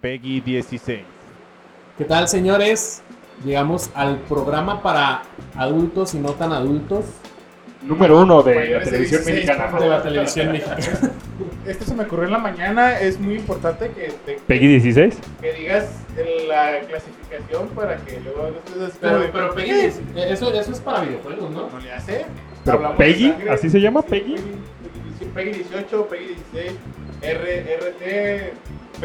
Peggy 16. ¿Qué tal, señores? Llegamos al programa para adultos y no tan adultos Número uno de Mayores la de televisión 16, mexicana. de la televisión mexicana. Esto Este se me ocurrió en la mañana. Es muy importante que, te- ¿Peggy 16? que digas la clasificación para que luego no estés así como Pero, de, pero Peggy, ¿qué? eh, eso, eso es para videojuegos, ¿no? No le hace. Pero Hablamos de Peggy, sangre. ¿así se llama Sí, Peggy? Peggy, Peggy 18, Peggy 16, R, RT.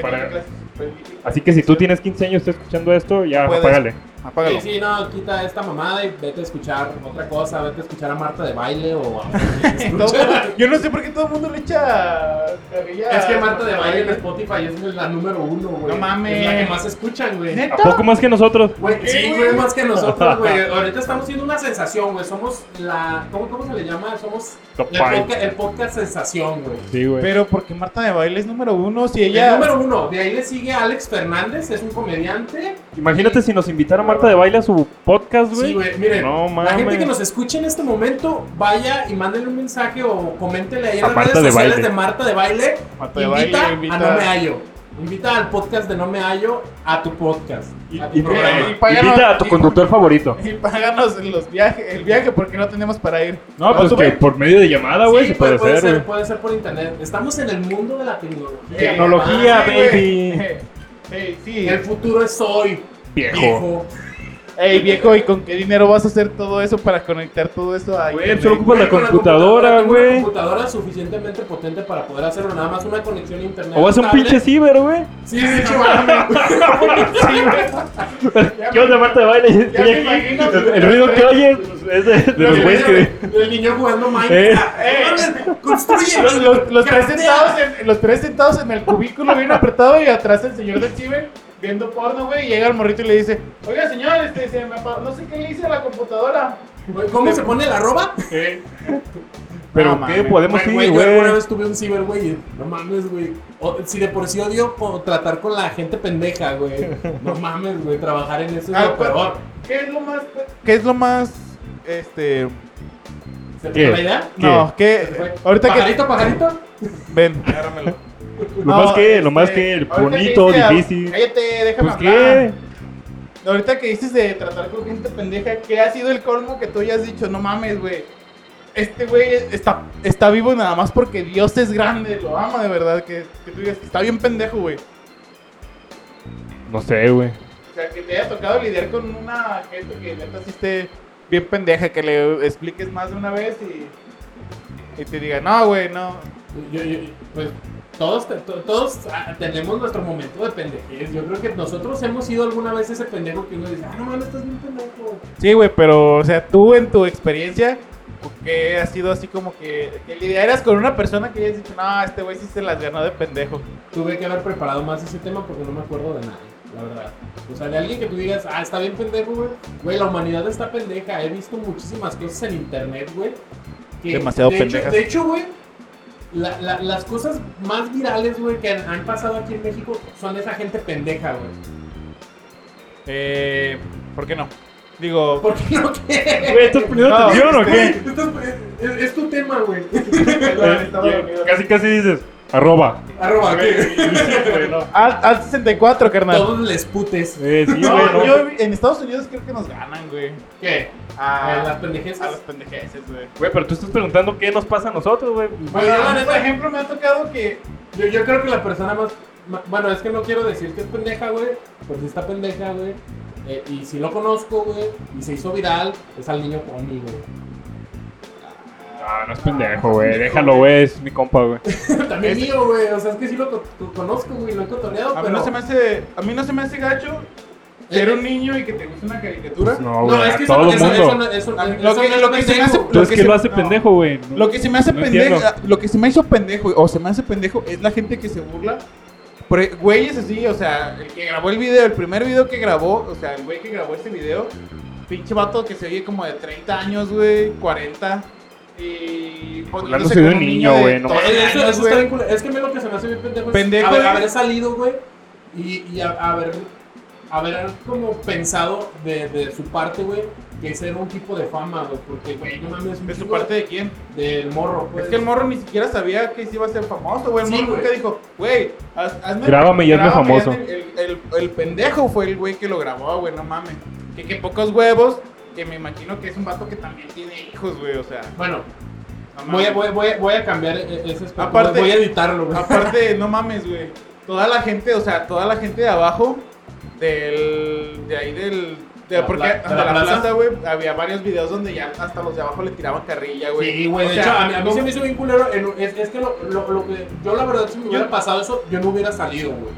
Para- Peggy clasi- Peggy- Así que si tú tienes 15 años y estás escuchando esto, ya Puedes. apágale. Apágalo. Sí, sí, no, quita esta mamada y vete a escuchar otra cosa, vete a escuchar a Marta de baile o a... Todo- yo no sé por qué todo el mundo le echa carrilla. Es que Marta de baile en Spotify es la número uno, güey. No mames. Es la que más escuchan, güey. ¿Neta? ¿A poco más que nosotros? Güey, ¿Qué, sí, güey? güey, más que nosotros, güey. Ahorita estamos siendo una sensación, güey. Somos la. ¿Cómo, cómo se le llama? Somos Top el, five. podca- el podcast sensación, güey. Sí, güey. Pero porque Marta de Baile es número uno, si El ella. número uno, de ahí le sigue Alex Fernández, es un comediante. Imagínate si nos invitara Marta de Baile a su podcast, Sí, Ah, güey. güey, miren, No la gente mames. que nos escuche en este momento, vaya y mándele un mensaje o coméntele ahí en A las Marta redes de sociales Baile. de Marta de Baile. Marta de invita, Baile a No Me Hallo. Invita al podcast de No Me Hallo a tu podcast. Y- a tu y- programa. y- páganos- Invita a tu y- conductor favorito. Y páganos los viajes, el viaje porque no tenemos para ir. No, pues tú que ve. por medio de llamada, güey, Sí, se puede, puede hacer, ser, güey. puede ser por internet. Estamos en el mundo de la tecnología. Tecnología, Ah, sí, güey. baby. Ey, Y sí. El futuro es hoy. Viejo. Ey, viejo, ¿y con qué dinero vas a hacer todo eso para conectar todo eso a Güey, internet? solo ocupas Pues la Con computadora, tengo una güey. computadora suficientemente potente para poder hacerlo. Nada más una conexión a internet. O vas a un estable. pinche ciber, güey. Sí, sí, sí, güey. ¿Qué onda, Marta de Baile? Yo ya Estoy me aquí. imagino El- que- El ruido que oyes es de- de los güeyes que... El niño jugando Eh. Minecraft. Eh, Construye. Los, los- los tres Castea. sentados en, los tres sentados en el cubículo bien apretado y atrás el señor del ciber viendo porno, güey, y llega el morrito y le dice, oiga señor, este, se me apa- no sé qué le hice a la computadora. Güey, ¿Cómo se pone el arroba? Pero, No, ¿qué? mames. Podemos ir, Güey, yo alguna güey. vez tuve un ciber, güey. y No mames, güey. O- Si de por sí odio co- tratar con la gente pendeja, güey. No mames, güey. Trabajar en eso es Ah, lo pues, peor. ¿Qué es lo más, qué es lo más, este, ¿Se ¿Qué? te la idea? ¿Qué? no, Güey, qué, ahorita que, pajarito, pajarito. ven, agárramelo. Lo más que, este, lo más que, el bonito, difícil. Cállate, déjame Pues, hablar. ¿qué? Ahorita que dices de tratar con gente pendeja, ¿qué ha sido el colmo que tú hayas dicho? No mames, güey. Este güey está, está vivo nada más porque Dios es grande, lo ama de verdad. Que, que tú digas que está bien pendejo, güey. No sé, güey. O sea, que te haya tocado lidiar con una gente que neta sí esté bien pendeja, que le expliques más de una vez y, y te diga, no, güey, no. Yo- yo- pues todos, te- to- todos ah, tenemos nuestro momento de pendejez. Yo creo que nosotros hemos sido alguna vez ese pendejo que uno dice, ah, no mames, estás bien pendejo. Sí, güey, pero, o sea, tú en tu experiencia, ¿qué ha sido así como que, que lidiaras con una persona que hayas dicho, no, este güey sí se las ganó de pendejo? Tuve que haber preparado más ese tema porque no me acuerdo de nada, la verdad. O sea, de alguien que tú digas, ah, está bien pendejo, güey. Güey, la humanidad está pendeja. He visto muchísimas cosas en internet, güey. que- Demasiado de hecho- pendejas. de hecho, güey, la- la- las cosas más virales, güey, que han, han pasado aquí en México son de esa gente pendeja, güey. Eh, ¿Por qué no? Digo, ¿Por qué no quieres? Güey, ¿estás poniendo No, atención o Güey, qué? estás- eh, es, es tu tema, güey. Eh, eh, Casi, casi dices, arroba. Arroba, ¿qué? Güey, no. al, al 64, carnal. Todos les putes. Eh, sí, No, güey, no. yo en Estados Unidos creo que nos ganan, güey. ¿Qué? A, Eh, las Ah, a las pendejeces. pendejeces, güey. Güey, pero tú estás preguntando qué nos pasa a nosotros, güey. Bueno, Bueno, la neta- por ejemplo, me ha tocado que. Yo, yo creo que la persona más. ma- Bueno, es que no quiero decir que es pendeja, güey. Porque está pendeja, güey. Eh, y si lo conozco, güey. Y se hizo viral. Es al niño Tommy, güey. No, no es pendejo, güey. Déjalo, güey. Es mi compa, güey. También Ese- mío, güey. O sea, es que sí lo co- co- conozco, güey. Lo he cotoneado, A mí, pero. no se me hace, a mí no se me hace gacho ser Eh, un niño y que te guste una caricatura. Pues No, güey. a eso todo el eso- eso no- mundo. eso no- A mí eso lo no que- es lo que se me hace- pendejo. Entonces, que ¿qué se- lo hace no. pendejo, güey? No- Lo que se me hace no pendejo, ah, entiendo. lo que se me hizo pendejo o se me hace pendejo es la gente que se burla. Por güeyes así, o sea, el que grabó el video, el primer video que grabó, o sea, el güey que grabó este video, pinche vato que se oye como de 30 años, güey, 40 y Burlándose de un niño, güey, no Eh, doce eso- años, eso güey. está bien culero. Es que a mí lo que se me hace bien pendejo es Pendejo, haber, güey. haber salido, güey, y, y a- haber haber como pensado de, de su parte, güey, que ese era un tipo de fama, güey, porque, güey, no mames, un ¿De su chingo parte de quién? del morro, pues. Es que el morro ni siquiera sabía que se iba a ser famoso, güey. El Sí, morro güey. nunca dijo, güey, haz- hazme. Grábame y hazme famoso. hazme- El, el- el pendejo fue el güey que lo grabó, güey, no mames. Que, que pocos huevos, que me imagino que es un vato que también tiene hijos, güey, o sea. Bueno, no voy a, mames. voy, a- voy, a- voy a cambiar e- e- ese aspecto, Aparte- voy a editarlo, güey. Aparte, no mames, güey. Toda la gente, o sea, toda la gente de abajo, del, de ahí del... de- La porque pla- de hasta la la plaza. plaza, güey, había varios videos donde ya hasta los de abajo le tiraban carrilla, güey. Sí, güey. O De sea, hecho, a mí, a mí no- se me hizo bien culero. en- es, es que lo, lo- lo que. Yo, la verdad, si me hubiera pasado eso, yo no hubiera salido, güey.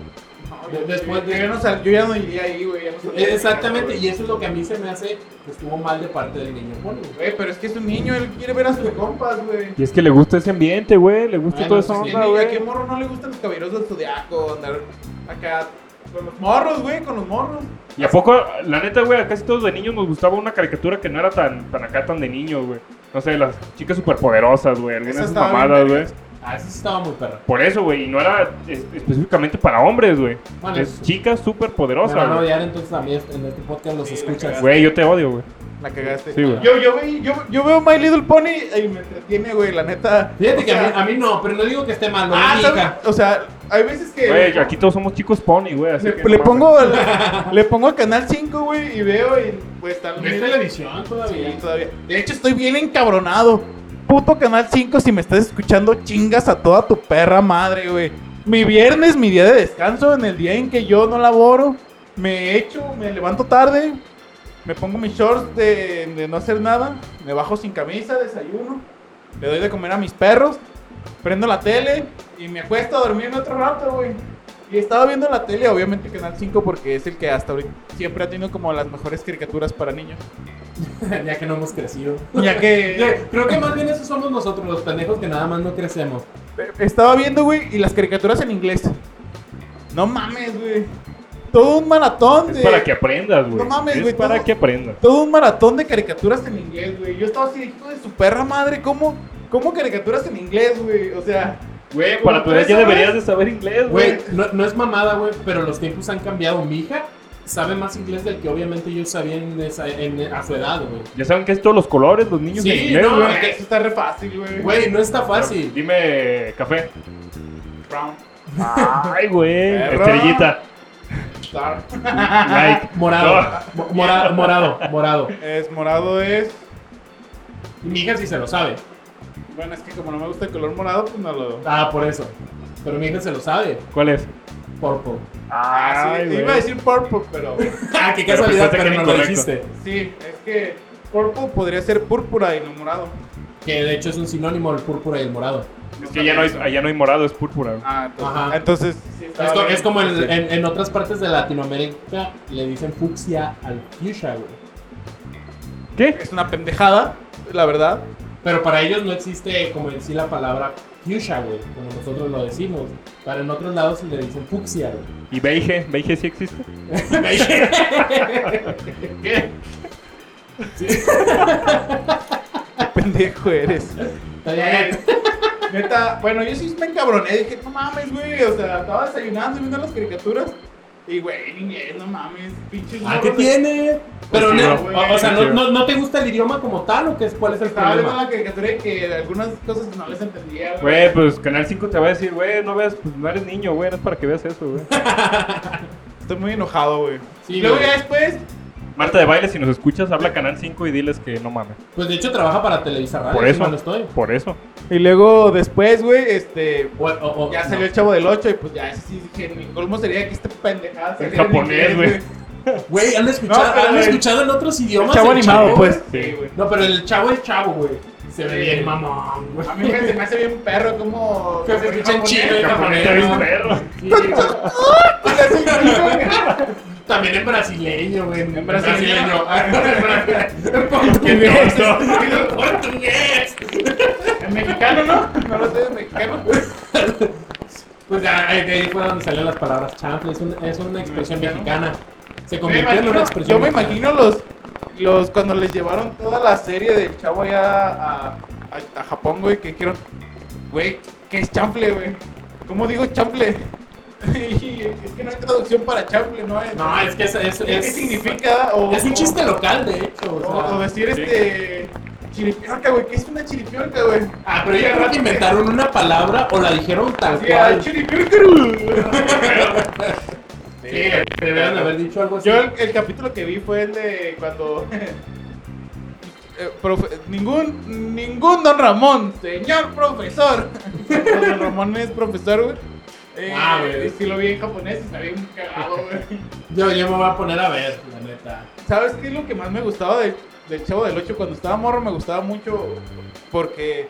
no, de- yo- después de- yo, ya no sal- yo ya no iría ahí, güey. ya no saldría de mi Exactamente, casa, y eso es lo que a mí se me hace que estuvo mal de parte del niño. Bueno, güey. Güey, pero es que es un niño, él quiere ver a sus compas, güey. Y es que le gusta ese ambiente, güey. Le gusta Ah, toda no, esa pues Sí, onda, güey, güey. ¿A qué morro no le gustan los caballeros del zodiaco? Andar acá con los morros, güey, con los morros. Y a poco, la neta, güey, a casi todos de niños nos gustaba una caricatura que no era tan, tan acá, tan de niños, güey. No sé, las chicas superpoderosas, güey. Algunas Esa de esas estaba bien mamadas, verga. güey. Ah, eso sí estaba muy perra. Por eso, güey. Y no era es- específicamente para hombres, güey. Bueno, es chicas Me van superpoderosas, a güey. odiar entonces a mí en este podcast los Sí, la escuchas. cagaste. Güey, yo te odio, güey. La cagaste. Sí, güey. yo, yo, ve- yo, yo veo My Little Pony y me entretiene, güey, la neta. Fíjate O que a mí, sea, a mí no, pero no digo que esté mal, lo ah, dedica. ¿sabes? O sea, hay veces que. Güey, aquí todos somos chicos pony, güey. así le, que le no mames. pongo al- le pongo a Canal 5, güey, y veo y pues están. No es televisión todavía. Sí, todavía. De hecho, estoy bien encabronado. Puto Canal 5, si me estás escuchando, chingas a toda tu perra madre, güey. Mi viernes, mi día de descanso, en el día en que yo no laboro, me echo, me levanto tarde, me pongo mis shorts de, de no hacer nada, me bajo sin camisa, desayuno, le doy de comer a mis perros, prendo la tele y me acuesto a dormirme otro rato, güey. Y estaba viendo la tele, obviamente Canal 5, porque es el que hasta ahorita siempre ha tenido como las mejores caricaturas para niños. ya que no hemos crecido. Ya que... Ya, Creo que más bien eso somos nosotros, los pendejos que nada más no crecemos. Estaba viendo, güey, y las caricaturas en inglés. No mames, güey. Todo un maratón de. Es para que aprendas, güey. No mames, Es güey, para todo- que aprendas. Todo un maratón de caricaturas en inglés, güey. Yo estaba así, hijo de su perra madre, ¿cómo? ¿Cómo caricaturas en inglés, güey? O sea, Güey, para tu edad ya ¿sabes? deberías de saber inglés, Güey, güey. no, no es mamada, güey, pero los tiempos han cambiado. Mi hija sabe más inglés del que obviamente yo sabía en esa- en- a su edad, güey. Ya saben que es todos los colores, los niños Sí, en inglés, no, güey. es eso está re fácil, güey. Güey, no está fácil. Dime café. Brown, Ay, güey. Perro. Estrellita. star. Like. Morado, mo- morado, morado, morado. Es morado, es. Y mi hija sí se lo sabe. Bueno, es que como no me gusta el color morado, pues no lo. Ah, por eso. Pero mi hija se lo sabe. ¿Cuál es? Porpo. Ah, sí, güey. iba a decir purple, pero. Ah, qué Pero casualidad, pensaste pero, que era no lo incorrecto. dijiste. Sí, es que. Purple podría ser púrpura y no morado. Que de hecho es un sinónimo el púrpura y el morado. Es que ya no hay, allá no hay morado, es púrpura. güey. Ah, entonces. Ajá. entonces sí, Es, estaba co- bien. es como en, en- en otras partes de Latinoamérica le dicen fucsia al fuchsia, güey. ¿Qué? Es una pendejada, la verdad. Pero para ellos no existe como en sí la palabra fuchsia, güey, como nosotros lo decimos. Para en otros lados le dicen fucsia, güey. ¿Y beige? ¿Beige sí existe? ¿Qué? pendejo eres. Está bien. Neta, bueno, yo sí me encabroné. Dije, no mames, güey. O sea, estaba desayunando y viendo las caricaturas. Y, güey, en inglés, no mames. Pinches. Ah, ¿qué morros de- tiene? Pero, Pues sí, no- Ah, güey. o, o sea, Sí, no, sí. no, ¿no te gusta el idioma como tal o qué es, cuál es el Estaba viendo problema? la caricatura y que algunas cosas no les entendía, güey. Güey, pues Canal 5 te va a decir, güey, no veas, pues no eres niño, güey, no es para que veas eso, güey. Estoy muy enojado, güey. Sí, y luego güey. ya después, Marta de baile, si nos escuchas, habla Canal 5 y diles que no mames. Pues de hecho trabaja para Televisa Radio, Por si eso. mal no estoy. Por eso. y luego después, güey, este. O- o- o- Ya no. salió el chavo del 8 y pues ya, ese sí dije, mi colmo sería que esta pendejada En saliera japonés, inglés, güey. Güey, ¿han escuchado, No, pero han el- escuchado en otros idiomas? chavo el animado, güey? pues. Sí, güey. No, pero el chavo es chavo, güey. Se ve Sí. bien mamón, güey. A mí me- se me hace bien perro como... Que se escucha en chino y japonés. Te ves ¿no? perro. Sí, güey. japonés. También en brasileño, güey. En brasileño. En Qué portugués. tonto. En portugués. En mexicano, ¿no? No lo sé, en mexicano. Pues ya, ahí de ahí fue donde salieron las palabras chanfle. Es, un- es una expresión mexicana. Se Me convirtió en imagino- una expresión yo me mexicana. imagino los, los... Cuando les llevaron toda la serie del chavo allá a, a, a Japón, güey, que dijeron... Güey, ¿qué es chanfle, güey? ¿Cómo digo chanfle? Y es que no hay traducción para chample, ¿no? hay- No, es que es. es, ¿Qué es- significa? Oh, O, Es un chiste local, de hecho. O, o sea. o decir Sí. este. Chiripiorca, güey. ¿Qué es una chiripiorca, güey? Ah, pero ya rato inventaron una palabra o la dijeron tal Así, ah, cual. chiripiorca, güey. Sí, deberían haber dicho algo así. Yo el, el capítulo que vi fue el de cuando. Eh, profe- ningún, ningún don Ramón, señor profesor. don Ramón es profesor, güey. Eh, Ah, güey. y si lo vi en japonés, está bien cagado, güey. Yo, yo me voy a poner a ver, la neta. ¿Sabes qué es lo que más me gustaba de- del Chavo del 8? Cuando estaba morro me gustaba mucho porque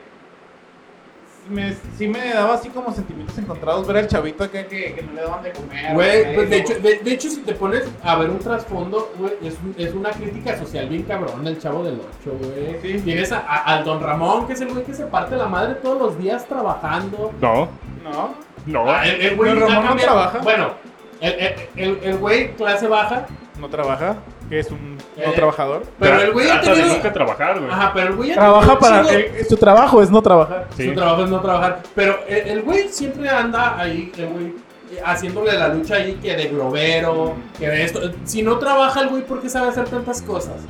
me, sí me daba así como sentimientos encontrados ver al chavito acá que, que no le daban de comer. Güey, pues, de, güey. hecho, de, de hecho, si te pones a ver un trasfondo, güey, es, un- es una crítica social bien cabrón el chavo del 8, güey. Sí. Tienes a- a- al don Ramón, que es el güey que se parte la madre todos los días trabajando. No, No, no. Ah, el, el güey Don ha Ramón no cambiado- trabaja. Bueno, el, el, el- el güey clase baja, no trabaja, que es un no Eh, trabajador. pero el güey ha Trata de tenido... nunca trabajar, güey. Ajá, pero el güey ha tenido Trabaja un para. chingo- eh, su trabajo es no trabajar. Sí. Su trabajo es no trabajar. Pero el, el güey siempre anda ahí, el güey, eh, haciéndole la lucha ahí que de globero, que de esto. Si no trabaja el güey, ¿por qué sabe hacer Pues tantas cosas?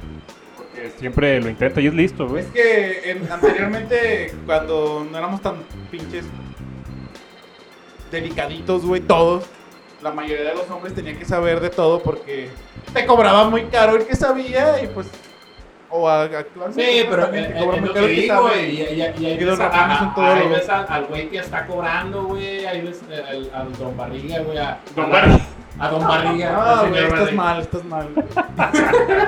Porque siempre lo intenta y es listo, güey. Es que en- anteriormente, cuando no éramos tan pinches delicaditos, güey, todos, la mayoría de los hombres tenían que saber de todo porque te cobraba muy caro el que sabía y pues. O a- actualmente. Sí, pues, pero también eh, te eh, cobran es muy lo caro que el que digo, sabe. güey, y, y- y ahí Y los ves, a- raperos a- son a- todos ahí los- ves al, al güey que está cobrando, güey, ahí ves eh, al, al Don Barriga, güey, a, Don a- Barriga. a Don Barriga. al Ah, señor güey, estás Barriga. mal, estás mal.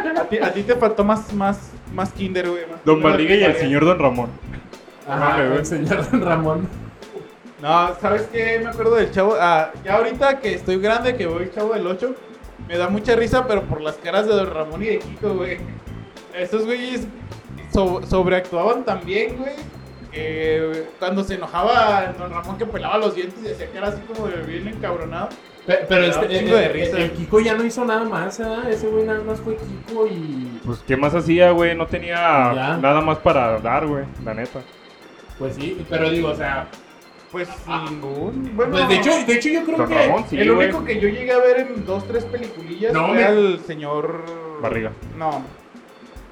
a, ti, a ti te faltó más, más, más kinder, güey. más Don kinder de Barriga y el primaria. señor Don Ramón. Ajá, Vale, güey. el señor Don Ramón. No, ¿sabes qué? Me acuerdo del chavo. Ah, ya ahorita que estoy grande, que voy chavo del 8, me da mucha risa, pero por las caras de Don Ramón y de Kiko, güey. Esos güeyes so- sobreactuaban también, güey. que cuando se enojaba Don Ramón que pelaba los dientes y hacía cara así como de bien encabronado. Pe- Pero Me da este, un eh, chingo de eh, risa. el Kiko ya no hizo nada más, ¿eh? ese güey nada más fue Kiko y Pues, ¿qué más hacía, güey? No tenía Ya. nada más para dar, güey, la neta. Pues sí, pero digo, o sea, Pues Ah. ningún. Bueno, pues de hecho, de hecho yo creo Don que Ramón, sí, el güey. único que yo llegué a ver en dos, tres peliculillas No, fue me- al señor. Barriga. No.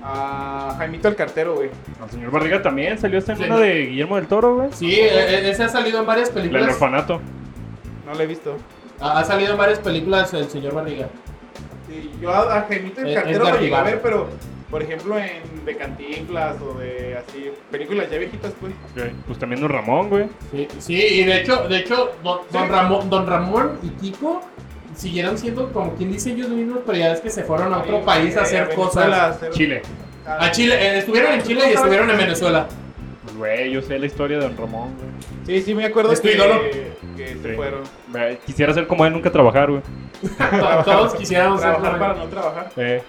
A Jaimito el cartero, güey. El señor Barriga también salió esta en Sí. una de Guillermo del Toro, güey. sí, e- e- ese ha salido en varias La del películas. orfanato. No lo he visto. Ha ha salido en varias películas el señor Barriga. Sí, yo a, a Jaimito el Es- es cartero lo llegué a Garriga. ver, pero por ejemplo en de Cantinflas o de así, películas ya viejitas, pues. Pues también Don Ramón, güey. Sí, sí, y de hecho, de hecho, don, don Sí. Ramón, don Ramón y Kiko siguieron siendo como quien dice ellos mismos, pero ya es que se fueron a otro país eh, a hacer Venezuela, cosas. hacer- Chile. A Chile, eh, estuvieron en Chile y estuvieron en Venezuela. Pues, Güey, yo sé la historia de Don Ramón, güey. Sí, sí, me acuerdo Es tu que, ídolo. que se Sí. fueron. Güey, Quisiera ser como él, nunca trabajar, güey. To- Todos quisiéramos ser Trabajar para Ramón. no trabajar. Eh,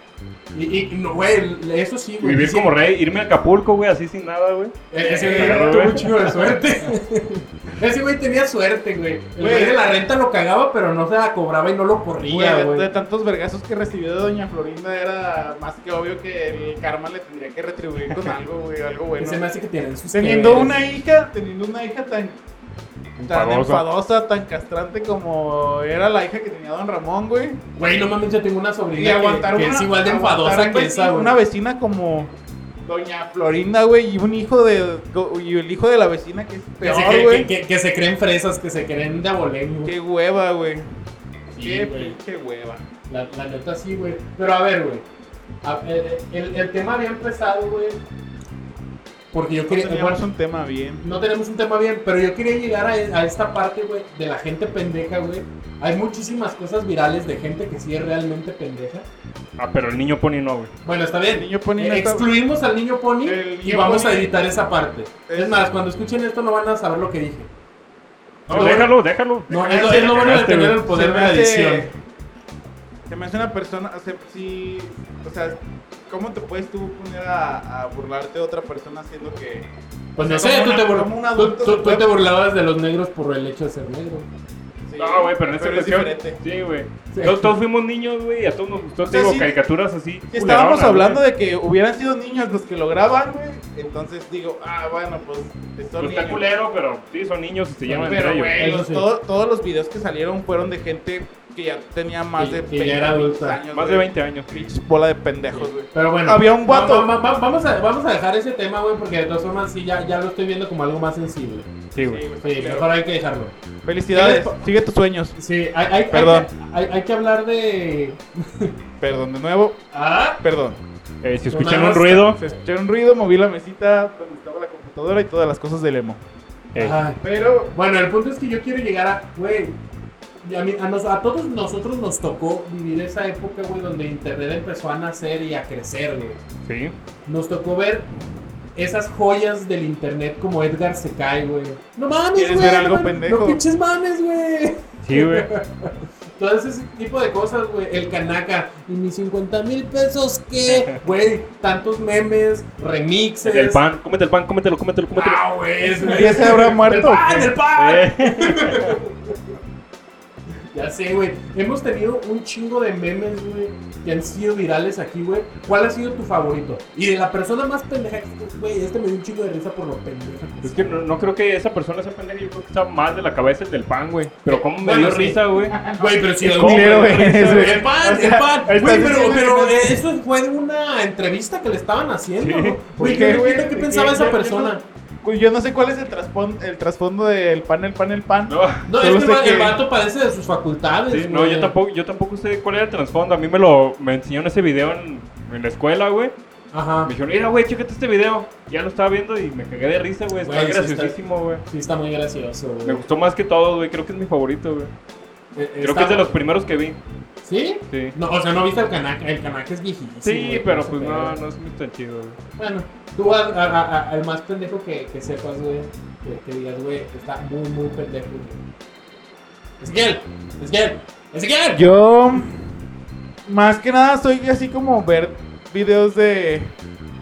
Y, y no, güey, eso sí, güey. vivir sí, como rey, irme a Acapulco, güey, así sin nada, güey. E- Ese Eh, güey tuvo güey. un chingo de suerte. Ese güey tenía suerte, güey. El Güey. güey de la renta lo cagaba, pero no se la cobraba y no lo corría, Güey, de, de güey. tantos vergazos que recibió de Doña Florinda era más que obvio que el karma le tendría que retribuir con algo, güey, algo bueno. Se me hace que tienen sus Teniendo queveres. una hija, teniendo una hija tan, tan Enfadosa. enfadosa, tan castrante como era la hija que tenía Don Ramón, güey. Güey, no mames, yo tengo una Y sobrina aguantar que, que una- es igual de enfadosa aguantar que veci- esa, güey. Una vecina como Doña Florinda, güey, y un hijo de. go- Y el hijo de la vecina que es Que se, peor, cree- güey. que, que- que se creen fresas, que se creen de abolengo. Qué hueva, güey. Sí, Qué güey. pinche hueva. La, la neta sí, güey. Pero a ver, güey. A- eh, El, el tema había empezado, güey. Porque yo No quería. bueno, teníamos un tema bien. no tenemos un tema bien, pero yo quería llegar a, a esta parte, güey, de la gente pendeja, güey. Hay muchísimas cosas virales de gente que sí es realmente pendeja. Ah, pero el niño pony no, güey. Bueno, está El bien. niño pone Eh, excluimos al niño Pony El y niño vamos Pony- a editar esa parte. Es- Es más, cuando escuchen esto no van a saber lo que dije. No, No, Pues, déjalo, déjalo. No, es lo, es lo bueno de Cagaste, tener güey. el poder Se de me la hace- edición. Se me hace una persona. O sea, sí, o sea, ¿cómo te puedes tú poner a, a burlarte de otra persona haciendo que. Pues O no sea, sé, como tú una- te, burla- como un tú- adulto tú- se tú puede- te burlabas de los negros por el hecho de ser negro. Sí, No, güey, pero en esta Pero es cuestión. diferente. Sí, güey. Sí. Todos, todos fuimos niños, güey, y a todos nos gustó, O te sea, digo, sí. caricaturas así. Si estábamos culeronas, hablando güey. de que hubieran sido niños los que lo graban, güey. Entonces digo, ah, bueno, pues Pues son está niños. culero, pero sí, son niños y se llaman Pero, entre ellos. güey, Eso los- sí. todo- todos los videos que salieron fueron de gente que ya tenía más de Que- que ya era 20 adulta. años. Más de güey. 20 años. Pinches bola de pendejos, güey. Pero bueno. Había un guato. va- va- va- vamos, a, vamos a dejar ese tema, güey, porque de todas formas sí, ya, ya lo estoy viendo como algo más sensible. Sí, güey. Sí, güey. Sí, Pero- mejor hay que dejarlo. Felicidades, sigue tus sueños. Sí, hay, hay, hay Perdón. que- Hay, hay que hablar de... Perdón, de nuevo, Ah, perdón. Eh, si Nada escuchan más un ruido, Se escuchó un ruido, moví la mesita donde estaba la computadora y todas las cosas del emo. eh, Ajá. Pero, Bueno, el punto es que yo quiero llegar a, güey, y a, mí- a nos- a todos nosotros nos tocó vivir esa época, güey, donde Internet empezó a nacer y a crecer, güey. sí. Nos tocó ver esas joyas del Internet como Edgar se cae, güey. No mames, ¿Quieres güey. ver no algo mames, pendejo? No pinches mames, güey. Sí, güey. Todo ese tipo de cosas, güey. El canaca. ¿Y mis 50 mil pesos qué? Güey, tantos memes, remixes. El pan, cómete el pan, cómetelo, cómetelo, cómetelo. Ah, güey. es- ¿ya se habrá ¡El muerto? o pan, qué? el pan! Eh, Ya sé, güey. Hemos tenido un chingo de memes, güey, que han sido virales aquí, güey. ¿Cuál ha sido tu favorito? Y de la persona más pendeja, que- güey, este me dio un chingo de risa por lo pendeja. que Es es. que no, no creo que esa persona sea pendeja, yo creo que está mal de la cabeza el del pan, güey. Pero cómo me Eh, Bueno, dio sí. risa, güey. Güey, pero si ¿Qué el cómo? culero eres, güey. El pan, O sea, el pan. ahí Güey, estás pero, diciendo pero que- eso fue una entrevista que le estaban haciendo. Sí. ¿no? ¿Por Güey, qué, ¿qué, güey? qué, ¿Qué- pensaba qué- esa qué- persona? Pues yo no sé cuál es el trasfondo, el trasfondo del pan, el pan, el pan. No, No, Solo es que el, sé que- el vato padece de sus facultades. sí, no güey. yo tampoco, yo tampoco sé cuál era el trasfondo. A mí me lo me enseñaron ese video en, en la escuela, güey. Ajá. Me dijeron, mira, güey, chécate este video. Ya lo estaba viendo y me cagué de risa, güey. Está Güey, sí está- graciosísimo, güey. Sí, está muy gracioso, Me güey. gustó más que todo, güey. Creo que es mi favorito, güey. Eh, Creo está- que es de los primeros que vi. ¿Sí? Sí. No, o sea, no viste el canaca. El canaca es viejísimo. Sí, güey, pero se pues pega. no, no es muy tan chido, güey. Bueno, tú al, a- a- a- al más pendejo que, que sepas, güey, que, que digas, güey, está muy, muy pendejo. güey. Ezequiel, Ezequiel, Ezequiel. Yo, más que nada, soy así como ver videos de.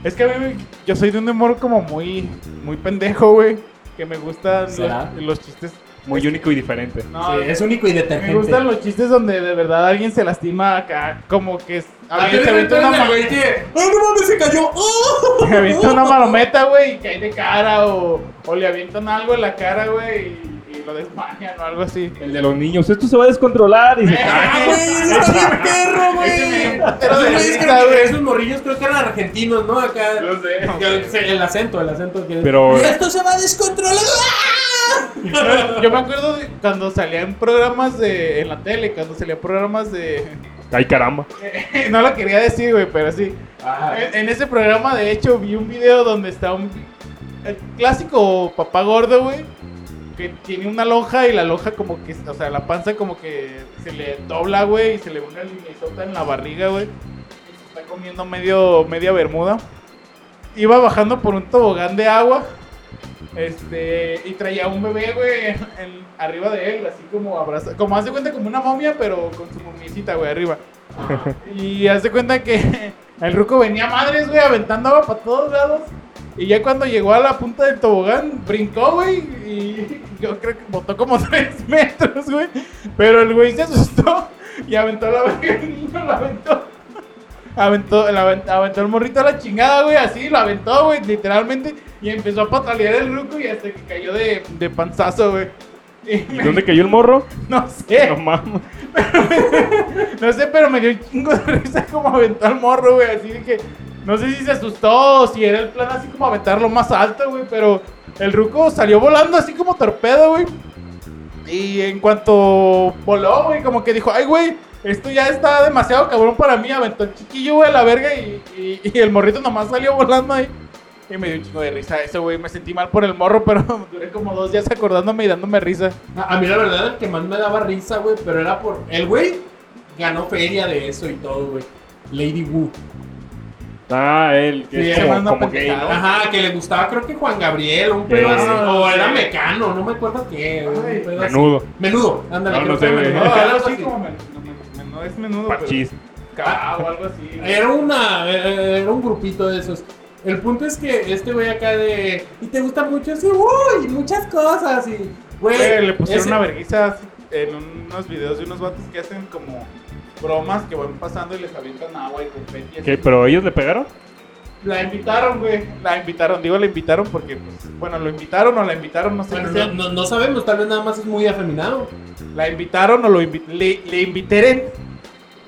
Es que a mí, me- yo soy de un humor como muy, muy pendejo, güey. Que me gustan ¿Será? los, los chistes. Muy único y diferente. No, Sí, es único y detergente. me gustan los chistes donde de verdad alguien se lastima acá. Como que. A alguien se avienta una, ma- güey, que. ¡Ah, no mames, se cayó! Oh. ¡Ah! se avienta una marometa, güey, y cae de cara. O, o le avientan algo en la cara, güey, y, y lo desmayan o algo así. El de los niños, esto se va a descontrolar. Y se ¡Ah, güey! ¡Eso está bien perro, güey! Ese me dio un putero Esos de güeyes risa, creo que- güey. Esos morrillos creo que eran argentinos, ¿no? Acá. No sé. Que- se- El acento, el acento que. Pero- ¡Esto se va a descontrolar! Yo me acuerdo de cuando salían programas de, en la tele, cuando salían programas de... Ay, caramba. No lo quería decir, güey, pero sí. Ajá. En, en ese programa, de hecho, vi un video donde está un... El clásico papá gordo, güey. Que tiene una lonja y la lonja como que... O sea, la panza como que se le dobla, güey. Y se le une el en la barriga, güey. Y se está comiendo medio, media bermuda. Iba bajando por un tobogán de agua. Este, y traía un bebé, güey, en- arriba de él, así como abraza, como hace cuenta como una momia, pero con su momiecita, güey, arriba. eh. Y hace cuenta que el ruco venía a madres, güey, aventando agua para todos lados. Y ya cuando llegó a la punta del tobogán, brincó, güey, y yo creo que botó como tres metros, güey. Pero el güey se asustó y aventó la verga, el niño la aventó. Aventó, la aven- aventó el morrito a la chingada, güey, así, lo aventó, güey, literalmente. Y empezó a patalear el ruco y hasta que cayó de, de panzazo, güey. Y ¿Y dónde cayó el morro? no sé, No mames. no sé, pero me dio un chingo de risa como aventó al morro, güey, así de que... No sé si se asustó o si era el plan así como aventarlo más alto, güey, pero el ruco salió volando así como torpedo, güey. Y en cuanto voló, güey, como que dijo, ay, güey, esto ya está demasiado cabrón para mí. Aventó el chiquillo, güey, a la verga y, y- y el morrito nomás salió volando ahí. Y me dio un chingo de risa eso, güey. Me sentí mal por el morro, pero duré como dos días acordándome y dándome risa. A, a mí la verdad el que más me daba risa, güey, pero era por... El güey ganó feria de eso y todo, güey. Lady Wu. Ah, él. Que Sí, es se como, manda como gay, pendejada. ¿no? Ajá, que le gustaba creo que Juan Gabriel o un pedo Sí. así. Ah, O sí. era Mecano, no me acuerdo qué. güey, un Ay, pedo así. Menudo. Menudo, ándale. No, creo no que sé, era güey. menudo, Ah, No, algo así así. como men- no, no es menudo, pero- Pachis. Ca- Ah, o algo así. güey. Era una... eh, Era un grupito de esos. El punto es que este güey acá de... Y te gusta mucho, sí, uy, muchas cosas y... Güey, Güey, le pusieron ese- una vergüenza en unos videos de unos vatos que hacen como bromas que van pasando y les avientan agua y confeti. y así. ¿Qué? ¿Pero ellos le pegaron? La invitaron, güey. La invitaron, digo la invitaron porque, pues, bueno, lo invitaron o la invitaron, no sé Bueno, qué no, sea. no- no sabemos, tal vez nada más es muy afeminado. La invitaron o lo invi- le, le invitaron.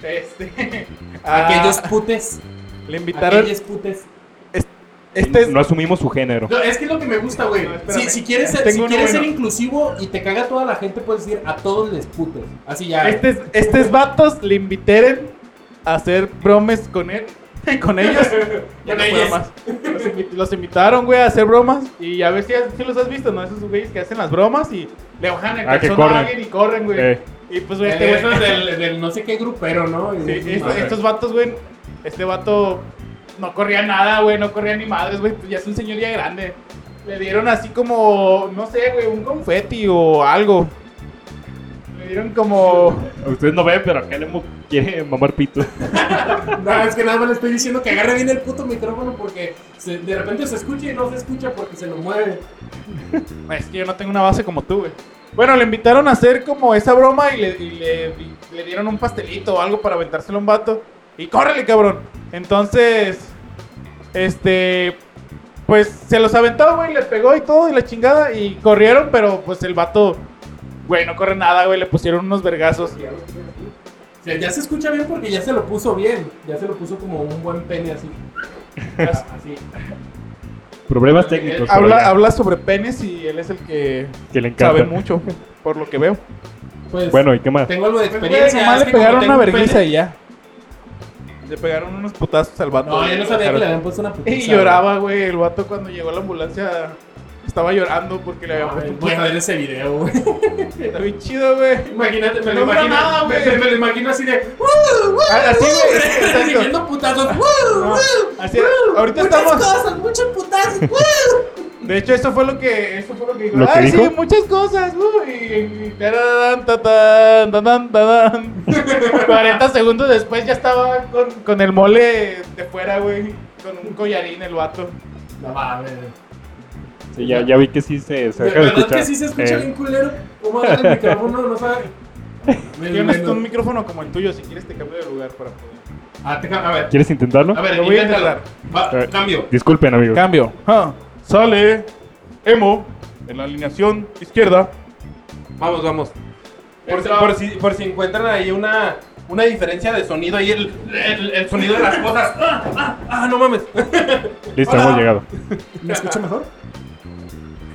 Este. a- Aquellos putes. Le invitaron. Aquellos putes. Este es. No asumimos su género. No, es que es lo que me gusta, güey. No, espérame. si, si quieres, ser, Tengo si uno quieres ser bueno. inclusivo y te caga toda la gente, puedes decir a todos les putes. Así ya. Estes, estes este vatos le invitaron a hacer bromes con él, con ellos. ya no puedo ellos. más. Los, invi- los invitaron, güey, a hacer bromas. Y ya ves si, si los has visto, ¿no? Esos güeyes que hacen las bromas y le bajan el Ah, que calzón a corren. alguien y corren, güey. Eh. Y pues, güey, Eh, este güey- eso es del, del no sé qué grupero, ¿no? Y- Sí, y- esto- ah, estos vatos, güey. Este vato no corría nada, güey. No corría ni madres, güey. pues Ya es un señor ya grande. Le dieron así como, no sé, güey, un confeti o algo. Le dieron como. Ustedes no ven, pero acá el emo quiere mamar pito. No, es que nada más le estoy diciendo que agarre bien el puto micrófono porque se- de repente se escucha y no se escucha porque se lo mueve. Es que yo no tengo una base como tú, güey. Bueno, le invitaron a hacer como esa broma y le, y le, y le dieron un pastelito o algo para aventárselo a un vato. Y córrele, cabrón. Entonces, este, pues se los aventó, güey, le pegó y todo y la chingada. Y corrieron, pero pues el vato, güey, no corre nada, güey, le pusieron unos vergazos. O sea, ya se escucha bien porque ya se lo puso bien. Ya se lo puso como un buen pene así. así. Problemas técnicos. pero Habla, ya, habla sobre penes y él es el que que le sabe encanta. mucho, por lo que veo. Pues Bueno, ¿y qué más? tengo algo de Pues, güey, experiencia. nomás es le que como pegaron tengo una un pene- vergüenza y ya. Le pegaron unos putazos al vato. No, yo no sabía que le habían puesto una putiza. Y lloraba, güey. El vato cuando llegó a la ambulancia estaba llorando porque le güey. habían Ay, puesto un Voy a ver putazo. ese video, güey. Está bien chido, güey. Imagínate, me No lo dura imagino. nada, me, güey. me- me lo imagino así de. ¡Uh! Ah, Así, güey. Exacto. Recibiendo putazos. ¡Uh! No, así, ahorita muchas estamos. cosas, muchos putazos. ¡Uh! De hecho, eso fue lo que. Eso fue lo que dijo. ¿Lo que Ay, sí, dijo? muchas cosas. uy, y- y tararán, tatán, tatán, tatán. 40 segundos después ya estaba con, con el mole de fuera, güey. Con un collarín el vato. No mames. Sí, ya, ya vi que sí se, De se deja de verdad escuchar. que sí se escucha Eh, bien culero. ¿Cómo agarra el micrófono? No sabe. Me- Yo me- necesito un micrófono como el tuyo si quieres te cambio de lugar para poder. Ah, te- A ver, ¿Quieres intentarlo? a ver, Lo voy a inténtalo. Va, Eh, Cambio. Disculpen, amigos. Cambio. Sale Emo en la alineación izquierda. Vamos, vamos. Por, si- Entra. por si, por si encuentran ahí una, una diferencia de sonido, ahí el, el- el sonido de las cosas. ¡Ah, ah, ah, no mames! Listo, Hola. hemos llegado. ¿Me escucha mejor?